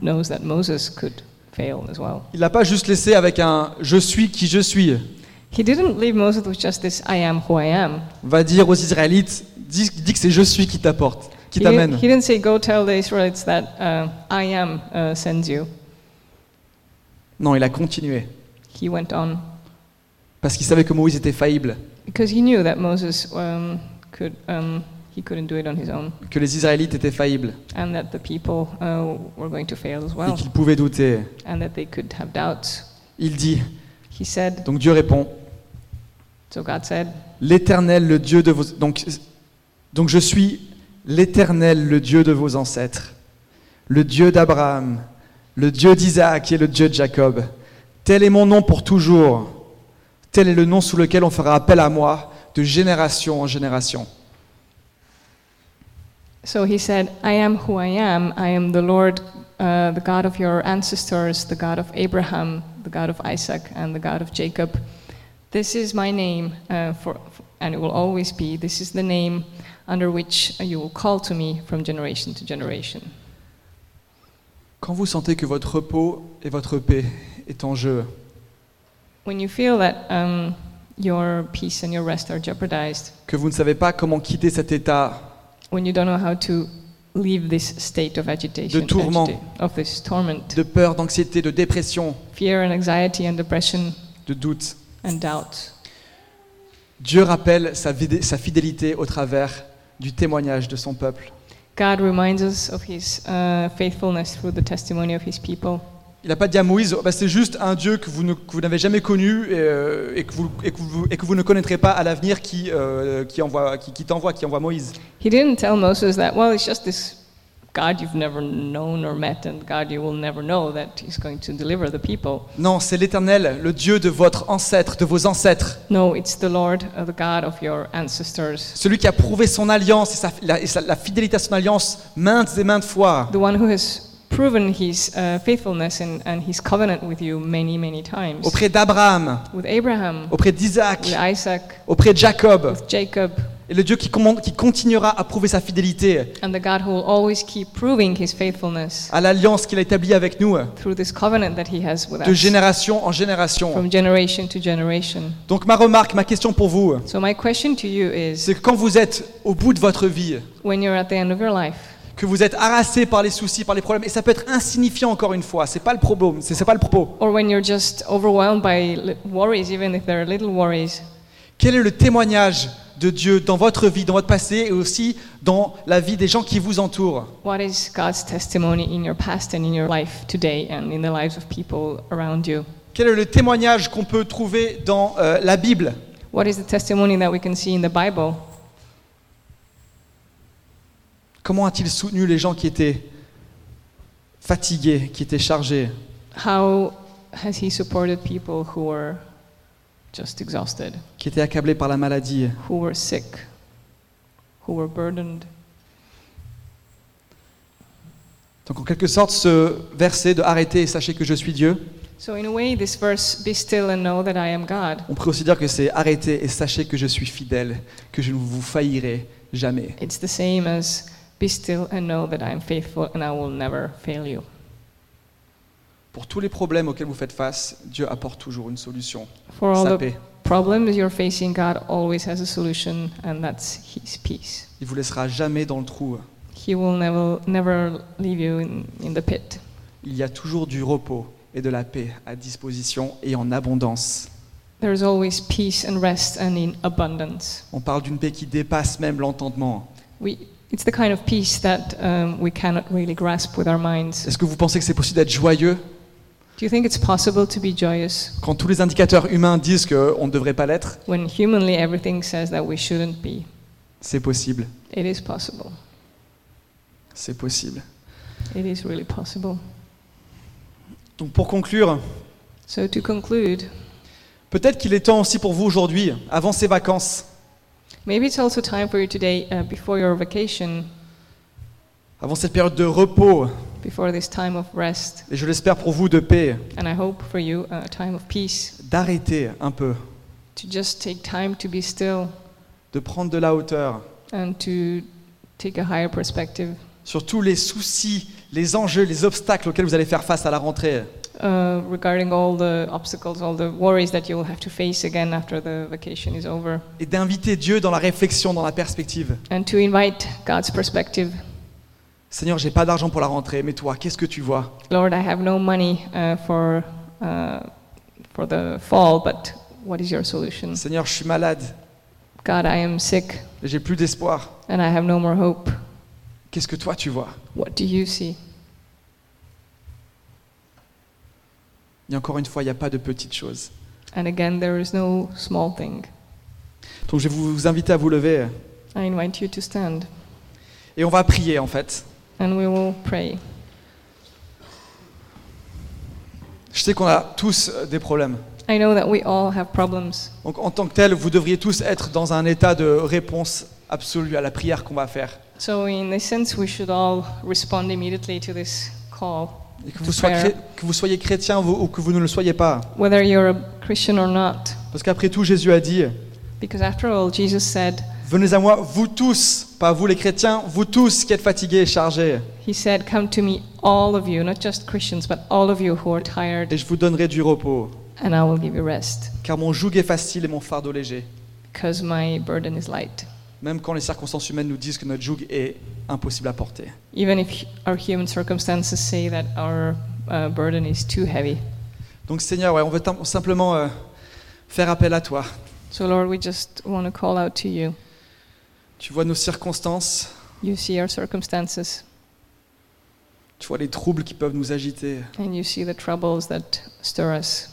[SPEAKER 2] knows that Moses could fail as well.
[SPEAKER 1] Il l'a pas juste laissé avec un je suis qui je suis.
[SPEAKER 2] He didn't leave Moses with just this I am who I am.
[SPEAKER 1] Va dire aux Israélites, dis, dis que c'est je suis qui t'apporte, qui
[SPEAKER 2] He, didn't-
[SPEAKER 1] t'amène.
[SPEAKER 2] he didn't say, Go tell the Israelites that uh, I am uh, sends you.
[SPEAKER 1] Non, il a continué.
[SPEAKER 2] He went on
[SPEAKER 1] Parce qu'il savait que Moïse était faillible,
[SPEAKER 2] because he knew that Moses um, could, um, he couldn't do it on his own.
[SPEAKER 1] que les Israélites étaient faillibles
[SPEAKER 2] and that the people uh, were going to fail as
[SPEAKER 1] et
[SPEAKER 2] well,
[SPEAKER 1] qu'ils pouvaient douter.
[SPEAKER 2] and that they could have doubts.
[SPEAKER 1] Il dit,
[SPEAKER 2] He said,
[SPEAKER 1] donc Dieu répond,
[SPEAKER 2] so God said,
[SPEAKER 1] l'Éternel, le Dieu de vos... Donc, donc je suis l'Éternel, le Dieu de vos ancêtres, le Dieu d'Abraham, le Dieu d'Isaac et le Dieu de Jacob. Tel est mon nom pour toujours. Tel est le nom sous lequel on fera appel à moi de génération en génération.
[SPEAKER 2] so he said, I am who I am. I am the Lord, uh, the God of your ancestors, the God of Abraham, the God of Isaac, and the God of Jacob. This is my name uh, for, and it will always be this is the name under which you will call to me from generation to generation.
[SPEAKER 1] Quand vous sentez que votre repos et votre paix est en jeu,
[SPEAKER 2] When you feel that um, your peace and your rest are jeopardized,
[SPEAKER 1] que vous ne savez pas comment quitter cet état,
[SPEAKER 2] when you don't know how to leave this state of agitation,
[SPEAKER 1] tourment.
[SPEAKER 2] agita- of this torment,
[SPEAKER 1] de peur, d'anxiété, de dépression,
[SPEAKER 2] fear and anxiety and depression
[SPEAKER 1] de doute,
[SPEAKER 2] and doubt,
[SPEAKER 1] Dieu rappelle sa, vidé- sa fidélité au travers du témoignage de son peuple.
[SPEAKER 2] God reminds us of His uh, faithfulness through the testimony of His people.
[SPEAKER 1] Il n'a pas dit à Moïse, Oh, bah, c'est juste un Dieu que vous ne- que vous n'avez jamais connu et, euh, et que vous, et que vous- et que vous ne connaîtrez pas à l'avenir qui, euh, qui envoie- qui- qui t'envoie, qui envoie Moïse.
[SPEAKER 2] He didn't tell Moses that, well, it's just this God you've never known or met and God you will never know that is going to deliver the people.
[SPEAKER 1] Non, c'est l'Éternel, le Dieu de votre ancêtre, de vos ancêtres,
[SPEAKER 2] No, it's the Lord, uh, the God of your ancestors,
[SPEAKER 1] celui qui a prouvé son alliance et, sa- la, et sa- la fidélité à son alliance maintes et maintes fois.
[SPEAKER 2] the one who has proven his uh, faithfulness and, and his covenant with you many, many times.
[SPEAKER 1] Auprès d'Abraham,
[SPEAKER 2] With Abraham,
[SPEAKER 1] auprès d'Isaac,
[SPEAKER 2] with Isaac,
[SPEAKER 1] auprès de Jacob,
[SPEAKER 2] with Jacob,
[SPEAKER 1] et le Dieu qui, commande- qui continuera à prouver sa fidélité
[SPEAKER 2] and the God who will always keep proving his faithfulness
[SPEAKER 1] à l'alliance qu'il a établie avec nous,
[SPEAKER 2] through this covenant that he has with
[SPEAKER 1] de
[SPEAKER 2] us
[SPEAKER 1] génération en génération.
[SPEAKER 2] from generation to generation.
[SPEAKER 1] Donc ma remarque, ma question pour vous,
[SPEAKER 2] So, my question to you is
[SPEAKER 1] c'est que quand vous êtes au bout de votre vie,
[SPEAKER 2] when you're at the end of your life,
[SPEAKER 1] que vous êtes harassé par les soucis, par les problèmes, et ça peut être insignifiant encore une fois, c'est pas le problème, c'est c'est pas le propos.
[SPEAKER 2] or when you're just overwhelmed by li- worries, even if there are little worries,
[SPEAKER 1] Quel est le témoignage de Dieu dans votre vie, dans votre passé et aussi dans la vie des gens qui vous entourent
[SPEAKER 2] what is God's testimony in your past and in your life today and in the lives of people around you?
[SPEAKER 1] Quel est le témoignage qu'on peut trouver dans euh, la Bible
[SPEAKER 2] What is the testimony that we can see in the Bible?
[SPEAKER 1] Comment a-t-il soutenu les gens qui étaient fatigués, qui étaient chargés
[SPEAKER 2] How has He supported people who were just exhausted,
[SPEAKER 1] qui étaient accablés par la maladie.
[SPEAKER 2] who were sick, who were burdened?
[SPEAKER 1] Donc en quelque sorte, ce verset de Arrêtez et sachez que je suis Dieu,
[SPEAKER 2] So, in a way, this verse, be still and know that I am God,
[SPEAKER 1] on pourrait aussi dire que c'est Arrêtez et sachez que je suis fidèle, que je ne vous faillirai jamais.
[SPEAKER 2] it's the same as be still and know that I am faithful and I will never fail you.
[SPEAKER 1] Pour tous les problèmes auxquels vous faites face, Dieu apporte toujours une solution,
[SPEAKER 2] For all
[SPEAKER 1] sa
[SPEAKER 2] the
[SPEAKER 1] paix.
[SPEAKER 2] problems you're facing, God always has a solution, and that's His peace.
[SPEAKER 1] Il vous laissera jamais dans le trou.
[SPEAKER 2] He will never, never leave you in, in the pit.
[SPEAKER 1] Il y a toujours du repos et de la paix à disposition et en abondance.
[SPEAKER 2] There is always peace and rest and in abundance.
[SPEAKER 1] On parle d'une paix qui dépasse même l'entendement.
[SPEAKER 2] We, it's the kind of peace that um, we cannot really grasp with our minds.
[SPEAKER 1] Est-ce que vous pensez que c'est possible d'être joyeux
[SPEAKER 2] Do you think it's possible to be joyous
[SPEAKER 1] quand tous les indicateurs humains disent qu'on ne devrait pas l'être
[SPEAKER 2] when humanly everything says that we shouldn't be?
[SPEAKER 1] C'est possible,
[SPEAKER 2] It is possible.
[SPEAKER 1] c'est possible.
[SPEAKER 2] It is really possible.
[SPEAKER 1] Donc pour conclure,
[SPEAKER 2] So, to conclude,
[SPEAKER 1] peut-être qu'il est temps aussi pour vous aujourd'hui, avant ces vacances,
[SPEAKER 2] maybe it's also time for you today, uh, before your vacation,
[SPEAKER 1] avant cette période de repos,
[SPEAKER 2] before this time of rest,
[SPEAKER 1] et je l'espère pour vous de paix,
[SPEAKER 2] and I hope for you uh, a time of peace,
[SPEAKER 1] d'arrêter un peu,
[SPEAKER 2] to just take time to be still
[SPEAKER 1] de prendre de la hauteur
[SPEAKER 2] and to take a higher perspective
[SPEAKER 1] sur tous les soucis, les enjeux, les obstacles auxquels vous allez faire face à la rentrée.
[SPEAKER 2] uh, regarding all the obstacles, all the worries that you will have to face again after the vacation is over,
[SPEAKER 1] et d'inviter Dieu dans la réflexion, dans la perspective.
[SPEAKER 2] and to invite God's perspective.
[SPEAKER 1] Seigneur, j'ai pas d'argent pour la rentrée, mais toi, qu'est-ce que tu vois
[SPEAKER 2] Lord, I have no money uh, for uh, for the fall, but what is your solution?
[SPEAKER 1] Seigneur, je suis malade
[SPEAKER 2] God, I am sick
[SPEAKER 1] et j'ai plus d'espoir.
[SPEAKER 2] and I have no more hope.
[SPEAKER 1] Qu'est-ce que toi tu vois
[SPEAKER 2] What do you see?
[SPEAKER 1] Et encore une fois, il n'y a pas de petites choses.
[SPEAKER 2] And again, there is no small thing.
[SPEAKER 1] Donc je vais vous vous inviter à vous lever
[SPEAKER 2] I invite you to stand
[SPEAKER 1] et on va prier en fait.
[SPEAKER 2] and we will pray.
[SPEAKER 1] Je sais qu'on a tous euh, des problèmes.
[SPEAKER 2] I know that we all have problems.
[SPEAKER 1] Donc en tant que tel, vous devriez tous être dans un état de réponse absolue à la prière qu'on va faire.
[SPEAKER 2] So, in this sense, we should all respond immediately to this call.
[SPEAKER 1] Et que vous, soyez
[SPEAKER 2] Prière.
[SPEAKER 1] chré- que vous soyez chrétien ou ou que vous ne le soyez pas.
[SPEAKER 2] Whether you're a Christian or not,
[SPEAKER 1] Parce qu'après tout, Jésus a dit,
[SPEAKER 2] Because after all, Jesus said,
[SPEAKER 1] Venez à moi, vous tous, pas vous les chrétiens, vous tous qui êtes fatigués et chargés,
[SPEAKER 2] He said, Come to me, all of you, not just Christians, but all of you who are tired,
[SPEAKER 1] et je vous donnerai du repos,
[SPEAKER 2] and I will give you rest,
[SPEAKER 1] car mon joug est facile et mon fardeau léger.
[SPEAKER 2] because my burden is light.
[SPEAKER 1] Même quand les circonstances humaines nous disent que notre joug est impossible à porter.
[SPEAKER 2] Even if our human circumstances say that our uh, burden is too heavy.
[SPEAKER 1] Donc Seigneur, ouais, on veut tim- simplement euh, faire appel à toi.
[SPEAKER 2] So, Lord, we just want to call out to you.
[SPEAKER 1] Tu vois nos circonstances,
[SPEAKER 2] You see our circumstances,
[SPEAKER 1] tu vois les troubles qui peuvent nous agiter,
[SPEAKER 2] and you see the troubles that stir us.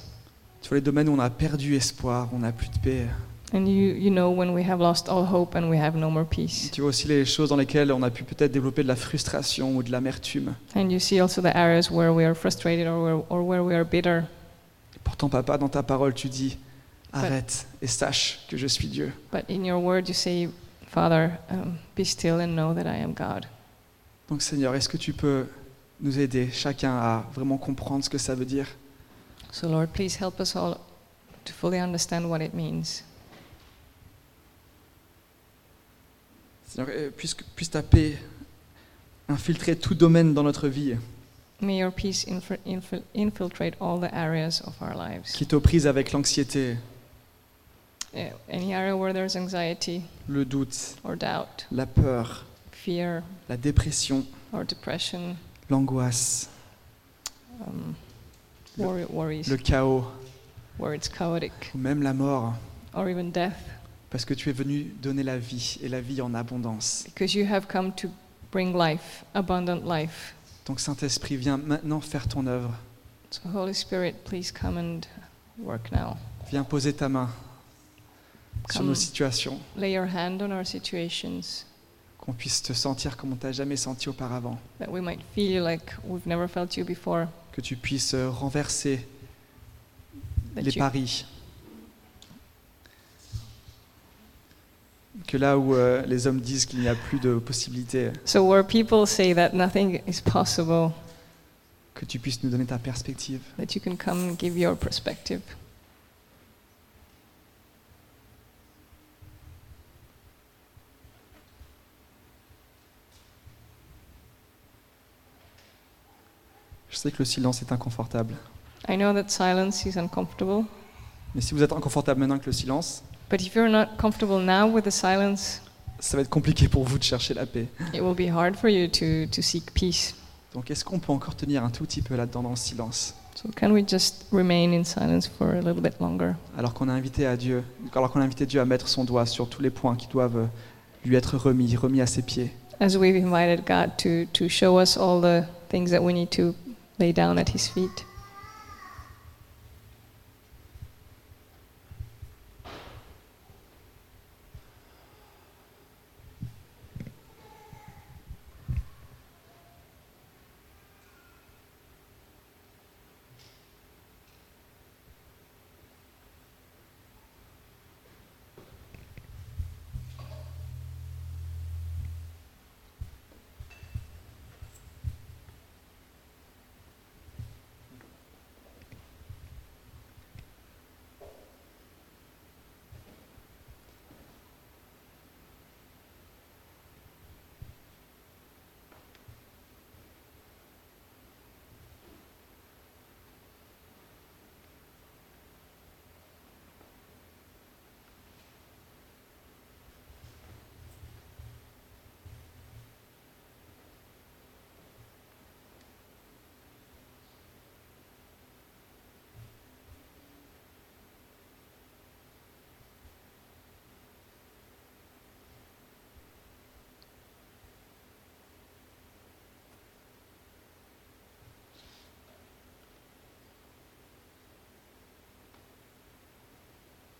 [SPEAKER 1] tu vois les domaines où on a perdu espoir, on n'a plus de paix.
[SPEAKER 2] And you, you know when we have lost all hope and we have no more peace.
[SPEAKER 1] Tu vois aussi les choses dans lesquelles on a pu peut-être développer de la frustration ou de l'amertume.
[SPEAKER 2] And you see also the areas where we are frustrated or where, or where we are bitter.
[SPEAKER 1] Et Pourtant, papa, dans ta parole, tu dis, arrête et sache que je suis Dieu.
[SPEAKER 2] But in your word, you say, Father, um, be still and know that I am God.
[SPEAKER 1] Donc Seigneur, est-ce que tu peux nous aider chacun à vraiment comprendre ce que ça veut dire
[SPEAKER 2] So, Lord, please help us all to fully understand what it means.
[SPEAKER 1] Seigneur, euh, puisque- puisse ta paix infiltrer tout domaine dans notre vie
[SPEAKER 2] May your peace infil- infil- infiltrate all the areas of our lives.
[SPEAKER 1] qui est aux prises avec l'anxiété,
[SPEAKER 2] Uh, any area where there's anxiety
[SPEAKER 1] le doute,
[SPEAKER 2] or doubt,
[SPEAKER 1] la peur,
[SPEAKER 2] fear
[SPEAKER 1] la dépression,
[SPEAKER 2] or depression,
[SPEAKER 1] l'angoisse,
[SPEAKER 2] um,
[SPEAKER 1] Le-
[SPEAKER 2] worry, worries,
[SPEAKER 1] le chaos
[SPEAKER 2] where it's chaotic,
[SPEAKER 1] ou même la mort,
[SPEAKER 2] or even death,
[SPEAKER 1] parce que tu es venu donner la vie et la vie en abondance.
[SPEAKER 2] because you have come to bring life, abundant life.
[SPEAKER 1] Donc Saint-Esprit, viens maintenant faire ton œuvre,
[SPEAKER 2] So, Holy Spirit, please come and work now.
[SPEAKER 1] viens poser ta main sur
[SPEAKER 2] Come.
[SPEAKER 1] nos situations,
[SPEAKER 2] Lay your hand on our situations,
[SPEAKER 1] qu'on puisse te sentir comme on t'a jamais senti auparavant.
[SPEAKER 2] that we might feel you like we've never felt you before.
[SPEAKER 1] que tu puisses euh, renverser les
[SPEAKER 2] That you,
[SPEAKER 1] paris. Que là où euh, les hommes disent qu'il n'y a plus de possibilités,
[SPEAKER 2] so, where people say that nothing is possible,
[SPEAKER 1] que tu puisses nous donner ta perspective.
[SPEAKER 2] that you can come and give your perspective.
[SPEAKER 1] Je sais que le silence est inconfortable.
[SPEAKER 2] I know that silence is uncomfortable,
[SPEAKER 1] Mais si vous êtes inconfortable maintenant avec le silence,
[SPEAKER 2] but if you're not comfortable now with the silence,
[SPEAKER 1] ça va être compliqué pour vous de chercher la paix.
[SPEAKER 2] it will be hard for you to, to seek peace.
[SPEAKER 1] Donc est-ce qu'on peut encore tenir un tout petit peu là-dedans dans le silence
[SPEAKER 2] So, can we just remain in silence for a little bit longer?
[SPEAKER 1] Alors qu'on a invité à Dieu, alors qu'on a invité Dieu à mettre son doigt sur tous les points qui doivent euh, lui être remis, remis à ses pieds.
[SPEAKER 2] As we've invited God to, to show us all the things that we need to lay down at His feet.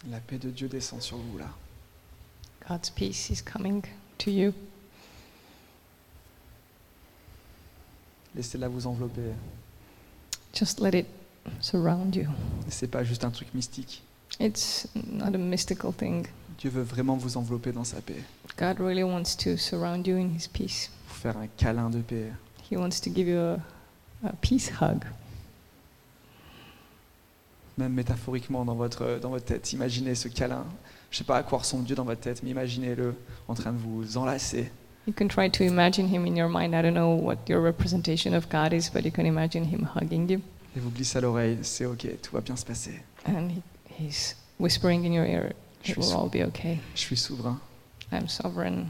[SPEAKER 1] La paix de Dieu descend sur vous là.
[SPEAKER 2] God's peace is coming to you.
[SPEAKER 1] Laissez-la vous envelopper.
[SPEAKER 2] Just let it surround you.
[SPEAKER 1] Et C'est pas juste un truc mystique.
[SPEAKER 2] It's not a mystical thing.
[SPEAKER 1] Dieu veut vraiment vous envelopper dans sa paix,
[SPEAKER 2] God really wants to surround you in His peace.
[SPEAKER 1] vous faire un câlin de paix.
[SPEAKER 2] He wants to give you a, a peace hug.
[SPEAKER 1] euh, Même métaphoriquement dans votre, dans votre tête, imaginez ce câlin. Je ne sais pas à quoi ressemble Dieu dans votre tête, mais imaginez-le en train de vous enlacer.
[SPEAKER 2] You can try to imagine him in your mind. I don't know what your representation of God is, but you can imagine him hugging you
[SPEAKER 1] Et vous glissez à l'oreille, c'est ok, tout va bien se passer.
[SPEAKER 2] and he, he's whispering in your ear,
[SPEAKER 1] Je suis
[SPEAKER 2] it will all be okay.
[SPEAKER 1] Je suis souverain.
[SPEAKER 2] I'm sovereign.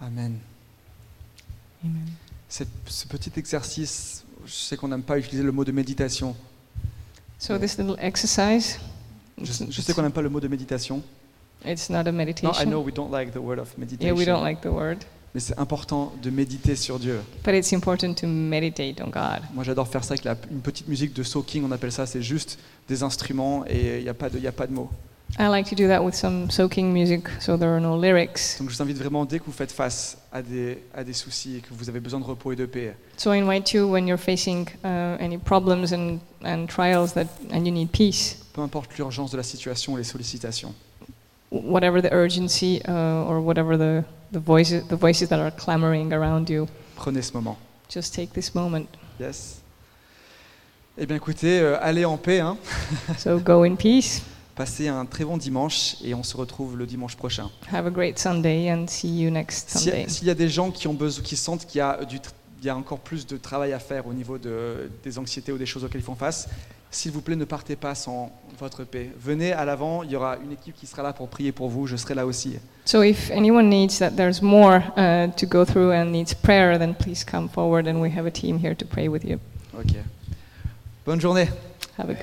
[SPEAKER 1] Amen.
[SPEAKER 2] Amen.
[SPEAKER 1] Cette- ce petit exercice, je sais qu'on n'aime pas utiliser le mot de méditation.
[SPEAKER 2] So this little exercise,
[SPEAKER 1] Je,
[SPEAKER 2] it's,
[SPEAKER 1] je sais qu'on n'aime pas le mot de méditation.
[SPEAKER 2] it's not a
[SPEAKER 1] Non, I
[SPEAKER 2] meditation.
[SPEAKER 1] know we don't like the word of meditation.
[SPEAKER 2] yeah, we don't like the word,
[SPEAKER 1] Mais c'est important de méditer sur Dieu.
[SPEAKER 2] but it's important to meditate on God.
[SPEAKER 1] Moi, j'adore faire ça avec la- une petite musique de soaking, on appelle ça. C'est juste des instruments et il n'y a, pas de- il y a pas de mots.
[SPEAKER 2] I like to do that with some soaking music, so there are no lyrics.
[SPEAKER 1] Donc, je vous invite vraiment, dès que vous faites face à des, à des soucis et que vous avez besoin de repos et de paix,
[SPEAKER 2] So I invite you when you're facing uh, any problems and, and trials that, and you need peace,
[SPEAKER 1] peu importe l'urgence de la situation, les sollicitations,
[SPEAKER 2] w- whatever the urgency uh, or whatever the, the, voices, the voices that are clamoring around you,
[SPEAKER 1] prenez ce moment.
[SPEAKER 2] just take this moment.
[SPEAKER 1] Yes. Eh bien, écoutez, euh, allez en paix. hein.
[SPEAKER 2] so go in peace.
[SPEAKER 1] Passez un très bon dimanche et on se retrouve le dimanche prochain.
[SPEAKER 2] Have a great Sunday and see you next
[SPEAKER 1] Si-
[SPEAKER 2] Sunday.
[SPEAKER 1] S'il y a des gens qui, ont besoin, qui sentent qu'il y, a du tr- il y a encore plus de travail à faire au niveau de- des anxiétés ou des choses auxquelles ils font face, s'il vous plaît, ne partez pas sans votre paix. Venez à l'avant, il y aura une équipe qui sera là pour prier pour vous, je serai là aussi.
[SPEAKER 2] So if anyone needs that, there's more uh, to go through and needs prayer, then please come forward and we have a team here to pray with you.
[SPEAKER 1] Ok. Bonne journée.
[SPEAKER 2] Have a good